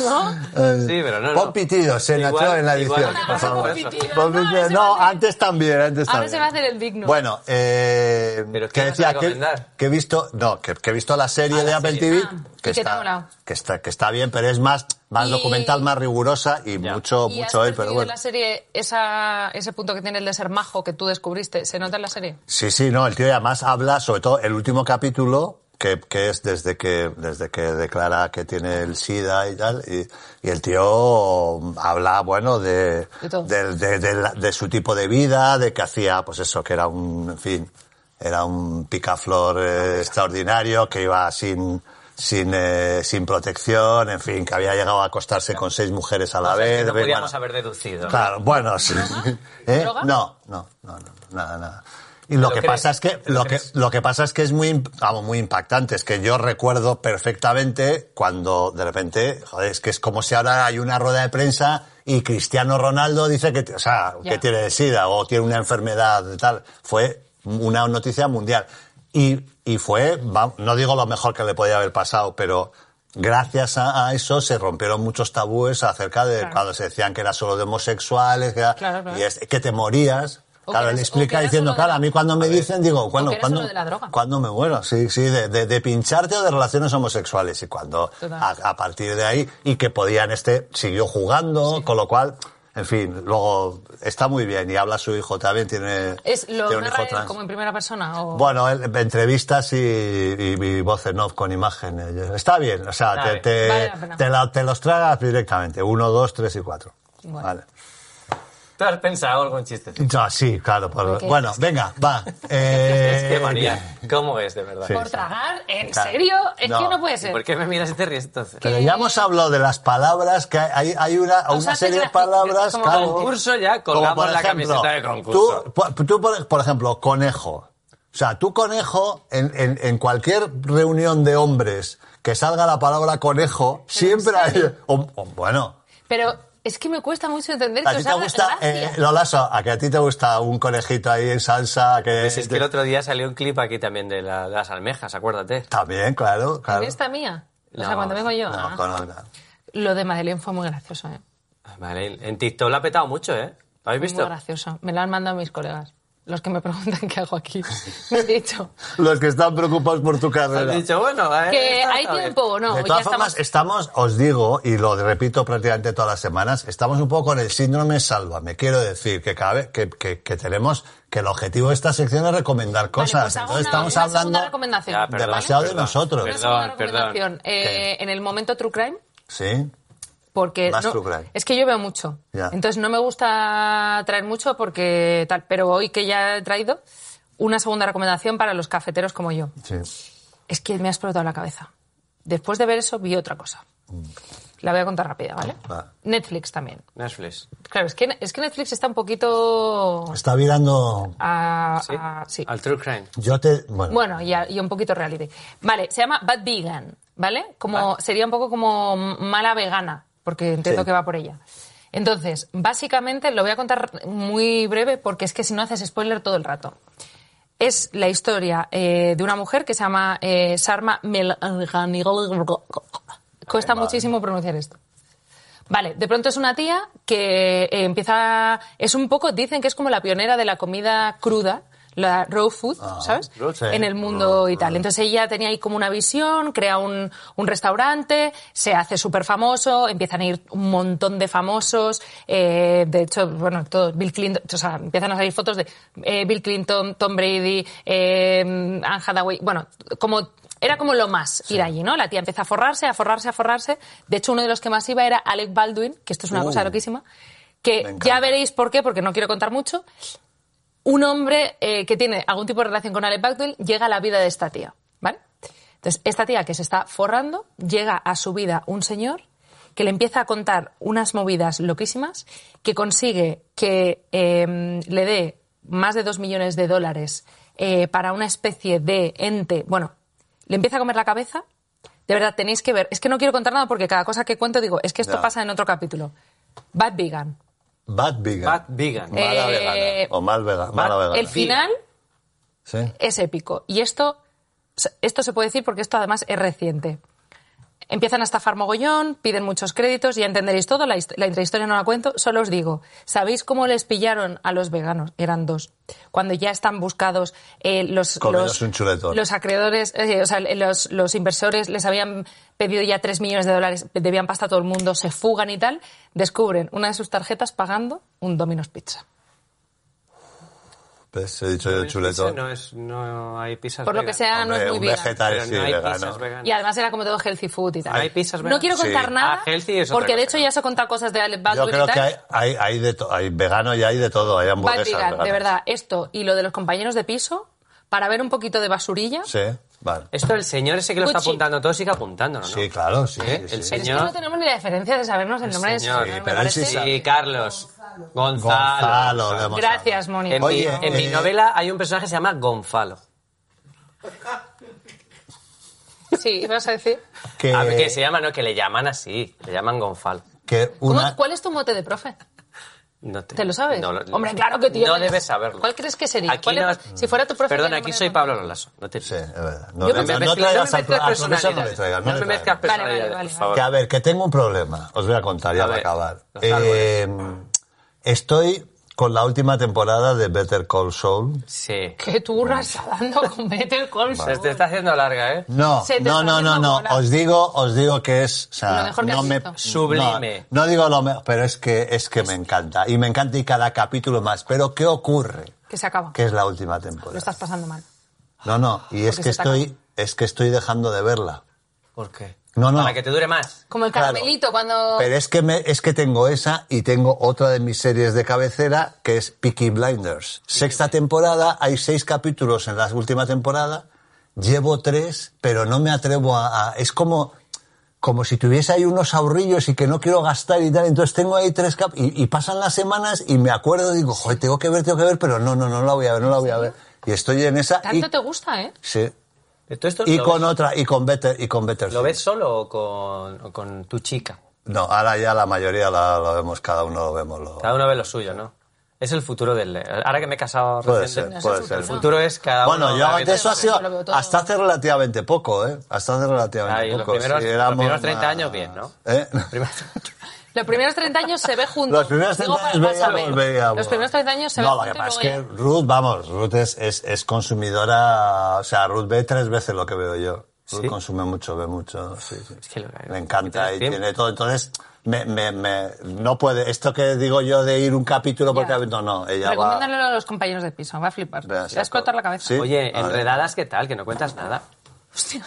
Speaker 3: ¿no?
Speaker 4: Eh,
Speaker 2: Sí, pero no,
Speaker 4: Pon
Speaker 2: no.
Speaker 4: pitidos, eh,
Speaker 2: Igual-
Speaker 4: Nacho, en la
Speaker 2: igual
Speaker 4: edición,
Speaker 2: no
Speaker 4: por
Speaker 2: pasa
Speaker 4: favor.
Speaker 2: por eso.
Speaker 4: Pon
Speaker 3: No, ahora
Speaker 4: pitidos.
Speaker 3: se
Speaker 4: No,
Speaker 3: va a hacer-
Speaker 4: antes también, antes
Speaker 3: Ahora
Speaker 4: también.
Speaker 3: se va a hacer el digno.
Speaker 4: Bueno, eh,
Speaker 2: Pero ¿qué
Speaker 4: que
Speaker 2: vas a
Speaker 4: decía que,
Speaker 2: recomendar?
Speaker 4: que he visto, no, que, que he visto la serie
Speaker 2: Ah,
Speaker 4: de
Speaker 2: la
Speaker 4: Apple
Speaker 2: serie.
Speaker 4: TV,
Speaker 3: Ah,
Speaker 4: que,
Speaker 3: y que te ha
Speaker 4: está,
Speaker 3: molado.
Speaker 4: que está, que está bien, pero es más, más
Speaker 3: Y-
Speaker 4: documental, más rigurosa y
Speaker 2: Ya.
Speaker 4: mucho,
Speaker 3: ¿Y
Speaker 4: mucho
Speaker 3: has
Speaker 4: él,
Speaker 3: percibido
Speaker 4: pero
Speaker 3: en
Speaker 4: bueno.
Speaker 3: la serie esa, ese punto que tiene el de ser majo que tú descubriste? ¿Se nota en la serie?
Speaker 4: Sí, sí, no, el tío ya además habla, sobre todo el último capítulo, que, que es desde que, desde que declara que tiene el SIDA y tal, y, y el tío habla, bueno, de,
Speaker 3: De todo.
Speaker 4: del- de- de la- de su tipo de vida, de que hacía, pues eso, que era un, en fin, era un picaflor eh, extraordinario, que iba sin, sin, eh, sin protección, en fin, que había llegado a acostarse con seis mujeres a la
Speaker 2: O sea, es que
Speaker 4: vez.
Speaker 2: no
Speaker 4: bueno,
Speaker 2: podíamos haber deducido.
Speaker 4: Claro, bueno, sí. ¿Eh?
Speaker 3: ¿Droga?
Speaker 4: No, no, no, no, nada, nada. Y lo,
Speaker 2: ¿Te lo
Speaker 4: que
Speaker 2: crees?
Speaker 4: pasa es que
Speaker 2: ¿Te lo
Speaker 4: lo, que
Speaker 2: crees?
Speaker 4: lo que pasa es que es muy imp- vamos, muy impactante, es que yo recuerdo perfectamente cuando de repente, joder, es que es como si ahora hay una rueda de prensa y Cristiano Ronaldo dice que, t- o sea,
Speaker 3: Ya.
Speaker 4: que tiene sida o tiene una enfermedad de tal, fue una noticia mundial y, y fue va- no digo lo mejor que le podía haber pasado, pero Gracias a, a eso se rompieron muchos tabúes acerca de
Speaker 3: Claro.
Speaker 4: cuando se decían que era solo de homosexuales, que, era-
Speaker 3: Claro, claro.
Speaker 4: y es- que te morías.
Speaker 3: O
Speaker 4: claro,
Speaker 3: que
Speaker 4: él
Speaker 3: eres- o que
Speaker 4: explica
Speaker 3: eres
Speaker 4: diciendo,
Speaker 3: uno de
Speaker 4: claro,
Speaker 3: la-
Speaker 4: a mí cuando me dicen, digo, ¿cuándo,
Speaker 3: que eres
Speaker 4: cuándo,
Speaker 3: uno de la droga.
Speaker 4: cuándo me muero? Sí, sí, de, de- de pincharte o de relaciones homosexuales. Y cuando,
Speaker 3: Total.
Speaker 4: a, a partir de ahí, y que podían, este siguió jugando, con lo cual, en fin, luego está muy bien. Y habla su hijo también, tiene,
Speaker 3: ¿Es lo
Speaker 4: tiene un
Speaker 3: narra
Speaker 4: hijo
Speaker 3: él
Speaker 4: trans.
Speaker 3: como en primera persona? O...
Speaker 4: Bueno, él- entrevistas y, y, y voz en off con imágenes. Está bien, o sea,
Speaker 2: Está
Speaker 4: te,
Speaker 2: bien.
Speaker 4: te,
Speaker 3: Vale la pena.
Speaker 4: te la- te los tragas directamente. Uno, dos, tres y cuatro.
Speaker 3: Igual.
Speaker 4: Vale.
Speaker 2: ¿Tú has pensado algún chiste?
Speaker 4: No, sí, claro. por-
Speaker 3: Ok.
Speaker 4: Bueno, venga, va. Eh,
Speaker 2: Es que María, ¿cómo es de verdad?
Speaker 4: Sí.
Speaker 3: ¿Por tragar? ¿En
Speaker 4: Claro.
Speaker 3: serio? Es
Speaker 4: No.
Speaker 3: que no puede
Speaker 2: ¿Y
Speaker 3: ser.
Speaker 2: ¿Por qué me miras y te ríes entonces?
Speaker 4: Pero ya hemos hablado de las palabras, que hay, hay una,
Speaker 3: Os
Speaker 4: una
Speaker 3: hace
Speaker 4: serie de
Speaker 3: gracia,
Speaker 4: palabras.
Speaker 3: como
Speaker 4: claro,
Speaker 2: concurso ya,
Speaker 4: como
Speaker 2: colgamos
Speaker 4: por
Speaker 2: la
Speaker 4: ejemplo,
Speaker 2: camiseta de concurso.
Speaker 4: Tú, por, tú, por- por ejemplo, conejo. O sea, tú conejo, en, en, en cualquier reunión de hombres que salga la palabra conejo, siempre hay... o- o, bueno,
Speaker 3: Pero es que me cuesta mucho entender
Speaker 4: a
Speaker 3: que
Speaker 4: ti
Speaker 3: os
Speaker 4: te
Speaker 3: haga
Speaker 4: gusta...
Speaker 3: gracia.
Speaker 4: Eh, Lolaso, a que a ti te gusta un conejito ahí en salsa que...
Speaker 2: Pues es que el otro día salió un clip aquí también de la- las almejas, acuérdate.
Speaker 4: También, claro,
Speaker 3: ¿En
Speaker 4: claro.
Speaker 3: esta mía? O sea,
Speaker 2: No,
Speaker 3: cuando vengo yo.
Speaker 4: No,
Speaker 3: ah.
Speaker 4: con otra.
Speaker 3: Lo de Madeleine fue muy gracioso, ¿eh?
Speaker 2: Vale, en TikTok lo ha petado mucho, ¿eh? ¿Lo habéis
Speaker 3: Muy
Speaker 2: visto?
Speaker 3: gracioso. Me lo han mandado mis colegas. Los que me preguntan qué hago aquí. Me han dicho
Speaker 4: Los que están preocupados por tu
Speaker 2: Has
Speaker 4: carrera.
Speaker 2: dicho, bueno, eh,
Speaker 3: que
Speaker 2: está
Speaker 3: hay
Speaker 2: bien.
Speaker 3: tiempo o no.
Speaker 4: de
Speaker 3: Ya
Speaker 4: todas formas,
Speaker 3: estamos...
Speaker 4: estamos... os digo, y lo repito prácticamente todas las semanas, estamos un poco con el síndrome sálvame. Quiero decir que cabe, que, que, que tenemos, que el objetivo de esta sección es recomendar
Speaker 3: Vale,
Speaker 4: cosas.
Speaker 3: pues hago
Speaker 4: Entonces
Speaker 3: una-
Speaker 4: estamos
Speaker 3: una segunda
Speaker 4: hablando
Speaker 3: recomendación.
Speaker 2: Ya, perdón,
Speaker 4: demasiado de
Speaker 2: perdón,
Speaker 4: nosotros.
Speaker 3: Una segunda
Speaker 2: Perdón, perdón.
Speaker 3: recomendación. Eh, en el momento True Crime,
Speaker 4: Sí.
Speaker 3: porque
Speaker 4: Más
Speaker 3: no-
Speaker 4: True Crime.
Speaker 3: es que yo veo mucho.
Speaker 4: Ya.
Speaker 3: Entonces no me gusta traer mucho porque tal. Pero hoy que ya he traído, una segunda recomendación para los cafeteros como yo.
Speaker 4: Sí.
Speaker 3: Es que me ha explotado la cabeza. Después de ver eso, vi otra cosa. La voy a contar rápida, ¿vale?
Speaker 4: Va.
Speaker 3: Netflix también.
Speaker 2: Netflix.
Speaker 3: Claro, es que, es que Netflix está un poquito.
Speaker 4: Está virando.
Speaker 3: A,
Speaker 2: ¿Sí?
Speaker 3: a- Ah, sí.
Speaker 2: Al True Crime.
Speaker 4: Yo te. Bueno.
Speaker 3: Bueno, y, a- y un poquito reality. Vale, se llama Bad Vegan, ¿vale? Como, Sería un poco como mala vegana, porque entiendo
Speaker 4: Sí.
Speaker 3: que va por ella. Entonces, básicamente lo voy a contar muy breve porque es que si no haces spoiler todo el rato. Es la historia eh, de una mujer que se llama eh, Sarma Melghani. Cuesta muchísimo pronunciar esto. Vale, de pronto es una tía que eh, empieza. Es un poco, dicen que es como la pionera de la comida cruda, la raw food, ¿sabes?
Speaker 4: Ah, raw, sí.
Speaker 3: En el mundo y tal. Entonces ella tenía ahí como una visión, crea un, un restaurante, se hace súper famoso, empiezan a ir un montón de famosos. eh, de hecho, bueno, todos, Bill Clinton, o sea, empiezan a salir fotos de eh, Bill Clinton, Tom Brady, eh, Anne Hathaway, bueno, como era como lo más ir allí, ¿no? La tía empieza a forrarse, a forrarse, a forrarse. De hecho, uno de los que más iba era Alec Baldwin, que esto es una
Speaker 4: Uh.
Speaker 3: cosa loquísima,
Speaker 4: Me
Speaker 3: que
Speaker 4: encanta.
Speaker 3: ya veréis por qué, porque no quiero contar mucho. Un hombre eh, que tiene algún tipo de relación con Alec Baldwin llega a la vida de esta tía, ¿vale? Entonces, esta tía que se está forrando, llega a su vida un señor que le empieza a contar unas movidas loquísimas, que consigue que eh, le dé más de dos millones de dólares eh, para una especie de ente, bueno, le empieza a comer la cabeza. De verdad, tenéis que ver. Es que no quiero contar nada porque cada cosa que cuento digo, es que esto
Speaker 4: Ya.
Speaker 3: pasa en otro capítulo. Bad Vegan.
Speaker 4: Bad vegan.
Speaker 2: Bad Vegan.
Speaker 3: Eh,
Speaker 4: Mala vegana. O mal vegana. Mala
Speaker 2: Bad-
Speaker 4: vegana.
Speaker 3: El final
Speaker 4: Sí.
Speaker 3: es épico. Y esto, esto se puede decir porque esto además es reciente. Empiezan a estafar mogollón, piden muchos créditos, ya entenderéis todo, la, hist- la intrahistoria no la cuento, solo os digo, ¿sabéis cómo les pillaron a los veganos? Eran dos. Cuando ya están buscados eh, los,
Speaker 4: Comeros
Speaker 3: los,
Speaker 4: un chuletón.
Speaker 3: los acreedores, eh, o sea, los, los inversores les habían pedido ya 3 millones de dólares, debían pasta a todo el mundo, se fugan y tal, descubren una de sus tarjetas pagando un Domino's Pizza.
Speaker 4: Pues he dicho yo
Speaker 2: Eso
Speaker 4: chuletón.
Speaker 2: No, es, no hay pizzas
Speaker 3: Por lo que
Speaker 2: vegan.
Speaker 3: sea, no
Speaker 4: Hombre,
Speaker 3: es muy
Speaker 4: un
Speaker 3: vegan.
Speaker 4: vegetal
Speaker 2: Pero
Speaker 4: sí,
Speaker 2: no hay
Speaker 4: vegano.
Speaker 2: pizzas veganas.
Speaker 3: Y además era como todo healthy food y tal.
Speaker 2: Ah, ¿hay pizzas
Speaker 3: no
Speaker 2: veganas?
Speaker 3: quiero contar
Speaker 4: Sí.
Speaker 3: nada,
Speaker 2: Ah, healthy es otra
Speaker 3: porque
Speaker 2: cosa,
Speaker 3: de hecho
Speaker 2: ¿no?
Speaker 3: ya se he contado cosas de Alec
Speaker 4: Yo
Speaker 3: Baldwin
Speaker 4: creo
Speaker 3: y tal.
Speaker 4: que hay, hay, hay, de to- hay vegano y hay de todo. Hay
Speaker 3: Bad
Speaker 4: hamburguesas
Speaker 3: vegan, de
Speaker 4: veganas.
Speaker 3: verdad, esto y lo de los compañeros de piso, para ver un poquito de basurilla,
Speaker 4: Sí. Vale.
Speaker 2: Esto el señor ese que lo está
Speaker 3: Gucci.
Speaker 2: apuntando todo sigue apuntándolo, ¿no?
Speaker 4: Sí, claro, sí.
Speaker 2: ¿Eh?
Speaker 4: sí,
Speaker 2: El
Speaker 4: sí.
Speaker 3: Es que
Speaker 2: señor.
Speaker 3: no tenemos ni la diferencia de sabernos el nombre
Speaker 2: señor.
Speaker 3: del señor.
Speaker 4: Sí,
Speaker 3: me
Speaker 4: pero él sí
Speaker 3: parece.
Speaker 4: sabe.
Speaker 2: Sí, Carlos. Gonzalo.
Speaker 4: Gonzalo, de Monsalve.
Speaker 3: Gracias, Moni.
Speaker 2: En,
Speaker 4: Oye,
Speaker 2: mi, en mi
Speaker 4: eh,
Speaker 2: novela hay un personaje que se llama Gonzalo.
Speaker 3: Sí, ibas a decir.
Speaker 4: Que,
Speaker 2: A ver, Ah, que se llama, no, que le llaman así. Le llaman Gonzalo.
Speaker 4: que
Speaker 3: ¿Cómo-
Speaker 4: una,
Speaker 3: ¿Cuál es tu mote de profe?
Speaker 2: No te,
Speaker 3: ¿Te lo sabes?
Speaker 2: no lo-
Speaker 3: Hombre, claro que tío.
Speaker 2: No debes saberlo.
Speaker 3: ¿Cuál crees que sería?
Speaker 2: Aquí
Speaker 3: ¿Cuál
Speaker 2: no-
Speaker 3: es- si fuera tu profe,
Speaker 2: Perdón,
Speaker 3: ¿qué
Speaker 2: aquí
Speaker 3: nombre
Speaker 2: soy
Speaker 3: le
Speaker 2: Pablo Lolaso. No te
Speaker 4: Sí, es verdad. No,
Speaker 2: Yo
Speaker 4: le-
Speaker 2: no me
Speaker 4: no
Speaker 2: mezclo-
Speaker 4: traigas
Speaker 2: no me
Speaker 4: al pro-
Speaker 2: mezclas
Speaker 4: al profesor, no le
Speaker 2: personalidades.
Speaker 4: traigas.
Speaker 2: No
Speaker 4: le
Speaker 2: me
Speaker 4: traigas.
Speaker 2: mezclas
Speaker 3: Vale, vale,
Speaker 2: personalidades,
Speaker 3: vale,
Speaker 2: por
Speaker 4: Que a
Speaker 2: favor.
Speaker 4: ver, que tengo un problema. Os voy a contar, ya
Speaker 2: A
Speaker 4: va a
Speaker 2: ver,
Speaker 4: acabar.
Speaker 2: los árboles.
Speaker 4: Eh, estoy con la última temporada de Better Call Saul.
Speaker 2: Sí.
Speaker 3: ¿Qué turra está dando con Better Call Saul?
Speaker 2: Se te está haciendo larga, ¿eh?
Speaker 4: No,
Speaker 3: Se te
Speaker 4: no,
Speaker 3: está
Speaker 4: no, no,
Speaker 3: haciendo
Speaker 4: no.
Speaker 3: bola.
Speaker 4: Os digo, os digo que es o sea,
Speaker 3: Lo mejor que
Speaker 4: no
Speaker 3: has
Speaker 4: me-
Speaker 3: visto.
Speaker 2: Sublime.
Speaker 4: No, no digo lo mejor, pero es que es que me encanta y me encanta y cada capítulo más. Pero qué ocurre?
Speaker 3: Que se acaba.
Speaker 4: Que es la última
Speaker 3: Lo
Speaker 4: temporada.
Speaker 3: estás pasando mal.
Speaker 4: No, no. Y es
Speaker 3: Porque
Speaker 4: que
Speaker 3: se te
Speaker 4: estoy, es que estoy dejando de verla.
Speaker 2: ¿Por qué?
Speaker 4: No, no.
Speaker 2: Para que te dure más.
Speaker 3: Como el
Speaker 4: Claro.
Speaker 3: caramelito cuando...
Speaker 4: Pero es que, me, es que tengo esa y tengo otra de mis series de cabecera que es Peaky Blinders. Sexta temporada, hay seis capítulos en la última temporada, llevo tres, pero no me atrevo a... a- es como, como si tuviese ahí unos ahorrillos y que no quiero gastar y tal, entonces tengo ahí tres capítulos y, y pasan las semanas y me acuerdo y digo, joder, tengo que ver, tengo que ver, pero no, no, no la voy a ver, no la voy a ver. Y estoy en esa... y-
Speaker 3: Tanto te gusta, ¿eh?
Speaker 4: sí.
Speaker 2: ¿Tú esto
Speaker 4: Y
Speaker 2: lo
Speaker 4: con
Speaker 2: ves-
Speaker 4: otra, y con Better, y con Better
Speaker 2: ¿Lo
Speaker 4: Things.
Speaker 2: ves solo o con, o con tu chica?
Speaker 4: No, ahora ya la mayoría la, la vemos, cada uno lo vemos. Lo,
Speaker 2: Cada uno ve lo suyo, ¿no? Es el futuro del... Ahora que me he casado
Speaker 4: Puede
Speaker 2: reciente-
Speaker 4: ser, puede
Speaker 2: El
Speaker 4: ser.
Speaker 2: futuro es cada
Speaker 4: Bueno,
Speaker 2: uno...
Speaker 4: yo
Speaker 2: la
Speaker 4: de
Speaker 2: vida-
Speaker 4: eso ha sido
Speaker 3: Yo lo veo todo.
Speaker 4: hasta hace relativamente poco, ¿eh? Hasta hace relativamente
Speaker 2: Ay, Ah, los,
Speaker 4: poco.
Speaker 2: primeros,
Speaker 4: Sí,
Speaker 2: los
Speaker 4: éramos
Speaker 2: primeros 30
Speaker 4: más-
Speaker 2: años bien, ¿no?
Speaker 4: ¿Eh?
Speaker 2: Primeros-
Speaker 3: Los primeros 30 años se ve juntos.
Speaker 4: Los primeros
Speaker 3: Digo,
Speaker 4: 30 años
Speaker 3: para más a
Speaker 4: veíamos,
Speaker 3: ver.
Speaker 4: veíamos.
Speaker 3: Los primeros 30 años se ve
Speaker 4: No, lo
Speaker 3: juntos
Speaker 4: que
Speaker 3: y
Speaker 4: pasa es que
Speaker 3: luego
Speaker 4: Ruth, vamos, Ruth es, es, es consumidora, o sea, Ruth ve tres veces lo que veo yo. Ruth
Speaker 2: ¿Sí?
Speaker 4: consume mucho, ve mucho, sí, sí.
Speaker 2: Es que lo-
Speaker 4: Le encanta y
Speaker 2: tiempo.
Speaker 4: tiene todo. Entonces, me, me, me, no puede, esto que digo yo de ir un capítulo por
Speaker 3: Ya.
Speaker 4: capítulo, no,
Speaker 3: ya-
Speaker 4: ella va...
Speaker 3: Recomiéndalo a los compañeros de piso, va a flipar. Le
Speaker 4: Vea,
Speaker 3: va
Speaker 4: sí,
Speaker 3: a explotar la cabeza.
Speaker 4: sí.
Speaker 2: Oye,
Speaker 4: Vale.
Speaker 2: enredadas, ¿qué tal? Que no cuentas nada.
Speaker 3: Hostia,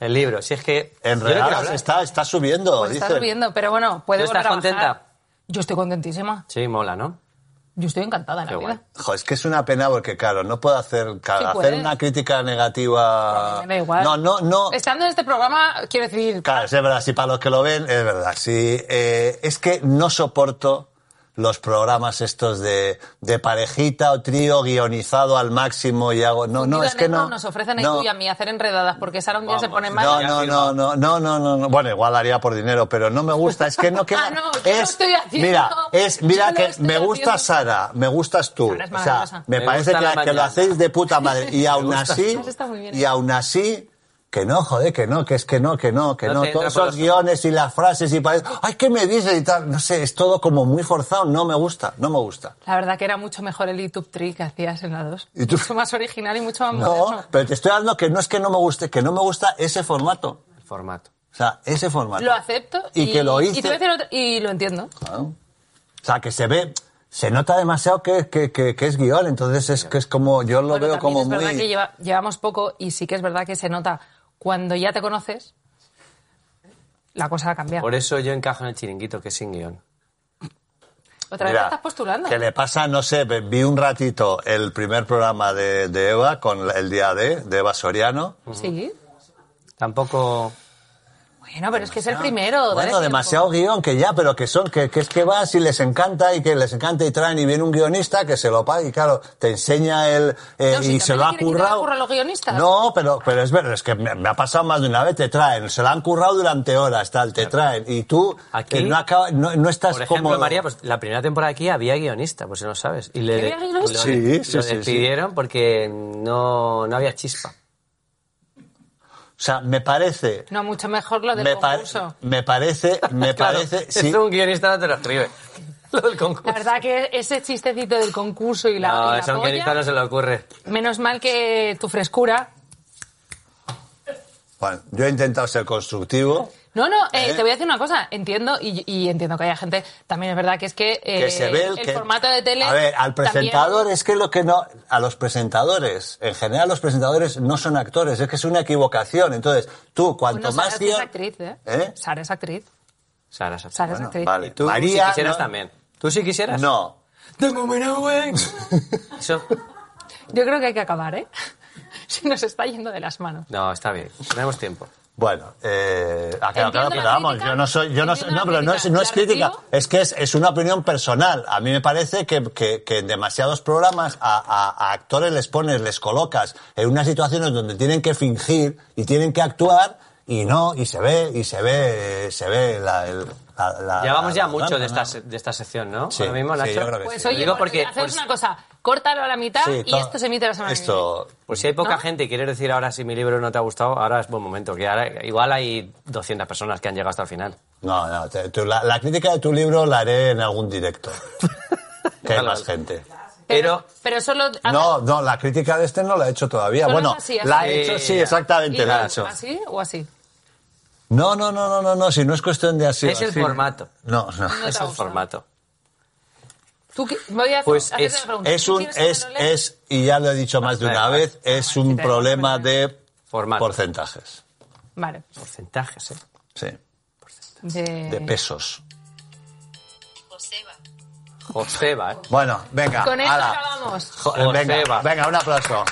Speaker 2: El libro, si es que... yo no quiero
Speaker 4: Enredadas,
Speaker 2: hablar.
Speaker 4: está, está subiendo,
Speaker 3: pues estás
Speaker 4: dicen.
Speaker 3: riendo, pero bueno, puedo
Speaker 2: ¿Tú estás contenta?
Speaker 3: Yo estoy contentísima.
Speaker 2: Sí, mola, ¿no?
Speaker 3: Yo estoy encantada en
Speaker 2: Qué
Speaker 3: la
Speaker 2: guay.
Speaker 3: vida.
Speaker 4: Jo, es que es una pena porque, claro, no puedo hacer, claro,
Speaker 3: Sí
Speaker 4: hacer
Speaker 3: puedes.
Speaker 4: una crítica negativa.
Speaker 3: Me da igual.
Speaker 4: No, no, no.
Speaker 3: Estando en este programa, quiero decir,
Speaker 4: Claro, es verdad, sí, para los que lo ven, es verdad. Sí, Eh, es que no soporto los programas estos de, de parejita o trío guionizado al máximo y hago. No, no,
Speaker 3: Fundido
Speaker 4: es que
Speaker 3: en negro
Speaker 4: no.
Speaker 3: nos ofrecen a
Speaker 4: no.
Speaker 3: tú y a mí hacer enredadas porque Sara un día se pone mal.
Speaker 4: No, no, no, no, no, no, no, no. Bueno, igual haría por dinero, pero no me gusta. Es que no queda.
Speaker 3: Ah, no, yo lo estoy haciendo.
Speaker 4: Mira, es,
Speaker 3: Yo
Speaker 4: mira
Speaker 3: lo
Speaker 4: que
Speaker 3: estoy
Speaker 4: me gusta
Speaker 3: haciendo.
Speaker 4: Sara, me gustas tú.
Speaker 3: Sara es
Speaker 4: o sea,
Speaker 3: maravillosa.
Speaker 4: me,
Speaker 2: Me
Speaker 4: parece
Speaker 2: gusta
Speaker 4: que,
Speaker 2: la
Speaker 4: que lo
Speaker 2: mañana.
Speaker 4: hacéis de puta madre. Y aún
Speaker 2: gusta.
Speaker 4: así,
Speaker 3: Eso está muy bien,
Speaker 4: y aún así. Que no, joder, que no, que es que no, que no, que
Speaker 2: No
Speaker 4: no.
Speaker 2: te entra
Speaker 4: Todos
Speaker 2: por
Speaker 4: esos
Speaker 2: los-
Speaker 4: guiones y las frases y parece, ay, ¿qué me dices? Y tal, no sé, es todo como muy forzado, no me gusta, no me gusta.
Speaker 3: La verdad que era mucho mejor el YouTube Tree que hacías en la 2.
Speaker 4: ¿Y tú?
Speaker 3: Mucho más original y mucho más
Speaker 4: No,
Speaker 3: moderno.
Speaker 4: pero te estoy hablando que no es que no me guste, que no me gusta ese formato.
Speaker 2: El formato.
Speaker 4: O sea, ese formato.
Speaker 3: Lo acepto
Speaker 4: Y, que lo hice.
Speaker 3: y, te voy a decir otra- y lo entiendo.
Speaker 4: Claro. O sea, que se ve, se nota demasiado que, que, que, que es guión, entonces es que es como, yo lo
Speaker 3: Bueno,
Speaker 4: veo
Speaker 3: también
Speaker 4: como
Speaker 3: es
Speaker 4: muy...
Speaker 3: verdad que lleva- llevamos poco y sí que es verdad que se nota cuando ya te conoces, la cosa ha cambiado.
Speaker 4: Pues
Speaker 2: Por eso yo encajo en el chiringuito, que es sin guión.
Speaker 3: Otra vez
Speaker 4: Mira,
Speaker 3: te estás postulando.
Speaker 4: Que le pasa, no sé, ve- vi un ratito el primer programa de, de Eva con la- el día D, de Eva Soriano.
Speaker 3: Sí.
Speaker 2: Tampoco...
Speaker 3: Bueno, pero es que es el primero. dale
Speaker 4: Bueno,
Speaker 3: tiempo.
Speaker 4: demasiado guión que ya, pero que son, que, que es que vas y les encanta y que les encanta y traen y viene un guionista que se lo paga y claro, te enseña el, eh,
Speaker 3: No, si
Speaker 4: y
Speaker 3: también
Speaker 4: se lo
Speaker 3: le
Speaker 4: ha
Speaker 3: quieren quitar
Speaker 4: currado.
Speaker 3: curro a los guionistas.
Speaker 4: No, pero, pero es verdad, es que me, me ha pasado más de una vez, te traen, se lo han currado durante horas, tal, te traen y tú
Speaker 2: Aquí,
Speaker 4: que no, acaba- no, no estás
Speaker 2: Por ejemplo,
Speaker 4: como...
Speaker 2: María, pues la primera temporada aquí había guionista, por si no lo sabes. Y le,
Speaker 3: ¿Que había guionista?
Speaker 2: lo-
Speaker 4: Sí, sí,
Speaker 2: lo
Speaker 4: sí, sí.
Speaker 2: despidieron porque no, no había chispa.
Speaker 4: O sea, me parece...
Speaker 3: No, mucho mejor lo del
Speaker 4: Me, pa-
Speaker 3: concurso.
Speaker 4: me parece, me
Speaker 2: Claro,
Speaker 4: parece, sí.
Speaker 2: Esto un guionista no te lo escribe. Lo del concurso.
Speaker 3: La verdad que ese chistecito del concurso y la,
Speaker 2: no,
Speaker 3: y la
Speaker 2: eso a un
Speaker 3: polla,
Speaker 2: guionista no se le ocurre.
Speaker 3: menos mal que tu frescura.
Speaker 4: Bueno, yo he intentado ser constructivo.
Speaker 3: No, no, eh,
Speaker 4: ¿Eh?
Speaker 3: te voy a decir una cosa. Entiendo y, y entiendo que haya gente. También es verdad que es que, eh,
Speaker 4: que se ve el, que-
Speaker 3: formato de tele.
Speaker 4: A ver, al
Speaker 3: también-
Speaker 4: presentador es que lo que no. A los presentadores, en general, los presentadores no son actores, es que es una equivocación. Entonces, tú,
Speaker 3: Bueno,
Speaker 4: cuanto
Speaker 3: Sara
Speaker 4: más.
Speaker 3: es
Speaker 4: guión-
Speaker 3: actriz, ¿eh?
Speaker 4: ¿Eh?
Speaker 3: Sara es actriz.
Speaker 2: Sara, Sara.
Speaker 3: Sara es
Speaker 4: Bueno,
Speaker 3: actriz.
Speaker 4: vale.
Speaker 2: Y tú,
Speaker 4: María,
Speaker 2: si quisieras
Speaker 4: no-
Speaker 2: también. ¿Tú si quisieras?
Speaker 4: No.
Speaker 2: Tengo mi nube. Eso.
Speaker 3: Yo creo que hay que acabar, ¿eh? Se nos está yendo de las manos.
Speaker 2: No, está bien. Tenemos tiempo.
Speaker 4: Bueno, eh, ah, claro,
Speaker 3: Entiendo
Speaker 4: claro, pero
Speaker 3: la
Speaker 4: vamos,
Speaker 3: crítica,
Speaker 4: yo no soy, yo no, soy-
Speaker 3: entiendo
Speaker 4: no,
Speaker 3: la
Speaker 4: pero no es,
Speaker 3: crítica,
Speaker 4: no es
Speaker 3: la
Speaker 4: crítica,
Speaker 3: recibo.
Speaker 4: es que es, es una opinión personal. A mí me parece que, que, que en demasiados programas a, a- a actores les pones, les colocas en unas situaciones donde tienen que fingir y tienen que actuar y no, y se ve, y se ve, se ve la, el, la, la-
Speaker 2: Llevamos ya
Speaker 4: la-
Speaker 2: mucho de
Speaker 4: ¿no?
Speaker 2: esta, se- de esta sección, ¿no?
Speaker 4: Sí,
Speaker 2: Ahora mismo,
Speaker 4: sí,
Speaker 2: Nacho.
Speaker 4: yo creo que
Speaker 3: Pues
Speaker 4: sí.
Speaker 3: oye,
Speaker 2: Digo
Speaker 3: pues,
Speaker 2: porque,
Speaker 3: hacemos
Speaker 2: pues,
Speaker 3: una cosa, córtalo a la mitad
Speaker 4: Sí,
Speaker 3: Ah, y
Speaker 4: to-
Speaker 3: esto se emite la semana que viene.
Speaker 4: Esto,
Speaker 2: Pues si hay poca
Speaker 3: ¿No?
Speaker 2: gente y quieres decir ahora si mi libro no te ha gustado, ahora es buen momento. Que ahora, igual hay 200 personas que han llegado hasta el final.
Speaker 4: No, no, te- tú- la, la crítica de tu libro la haré en algún directo. que hay
Speaker 2: Vale,
Speaker 4: más
Speaker 2: vale.
Speaker 4: gente.
Speaker 2: Pero,
Speaker 3: Pero solo...
Speaker 4: No, no, la crítica de este no la he hecho todavía.
Speaker 3: Solo
Speaker 4: Bueno,
Speaker 3: es así, así.
Speaker 4: la he hecho, sí,
Speaker 2: Eh,
Speaker 4: exactamente, la he hecho.
Speaker 3: ¿Así o así?
Speaker 4: No, no, no, no, no, no, si no es cuestión de así.
Speaker 2: Es el
Speaker 4: así.
Speaker 2: formato.
Speaker 4: No, no.
Speaker 3: No te
Speaker 2: es
Speaker 3: ha
Speaker 2: el
Speaker 3: gustado.
Speaker 2: formato.
Speaker 3: ¿Tú qué- me voy a hacer-
Speaker 2: Pues
Speaker 3: hacerte
Speaker 2: es-
Speaker 3: una pregunta.
Speaker 4: Es
Speaker 3: ¿Tú
Speaker 4: un,
Speaker 3: quieres que me
Speaker 4: es,
Speaker 3: lo lea?
Speaker 4: es, y ya lo he dicho más de
Speaker 2: da
Speaker 4: una
Speaker 2: igual.
Speaker 4: vez, es un
Speaker 3: da igual.
Speaker 4: problema de
Speaker 2: Formato.
Speaker 4: porcentajes.
Speaker 3: Vale.
Speaker 2: Porcentajes, ¿eh?
Speaker 4: Sí,
Speaker 3: De...
Speaker 4: de pesos.
Speaker 2: Joseba, ¿eh?
Speaker 4: Bueno, venga,
Speaker 3: Con esto
Speaker 4: ala.
Speaker 3: acabamos.
Speaker 4: Jo- venga,
Speaker 2: Joseba.
Speaker 4: venga, un aplauso.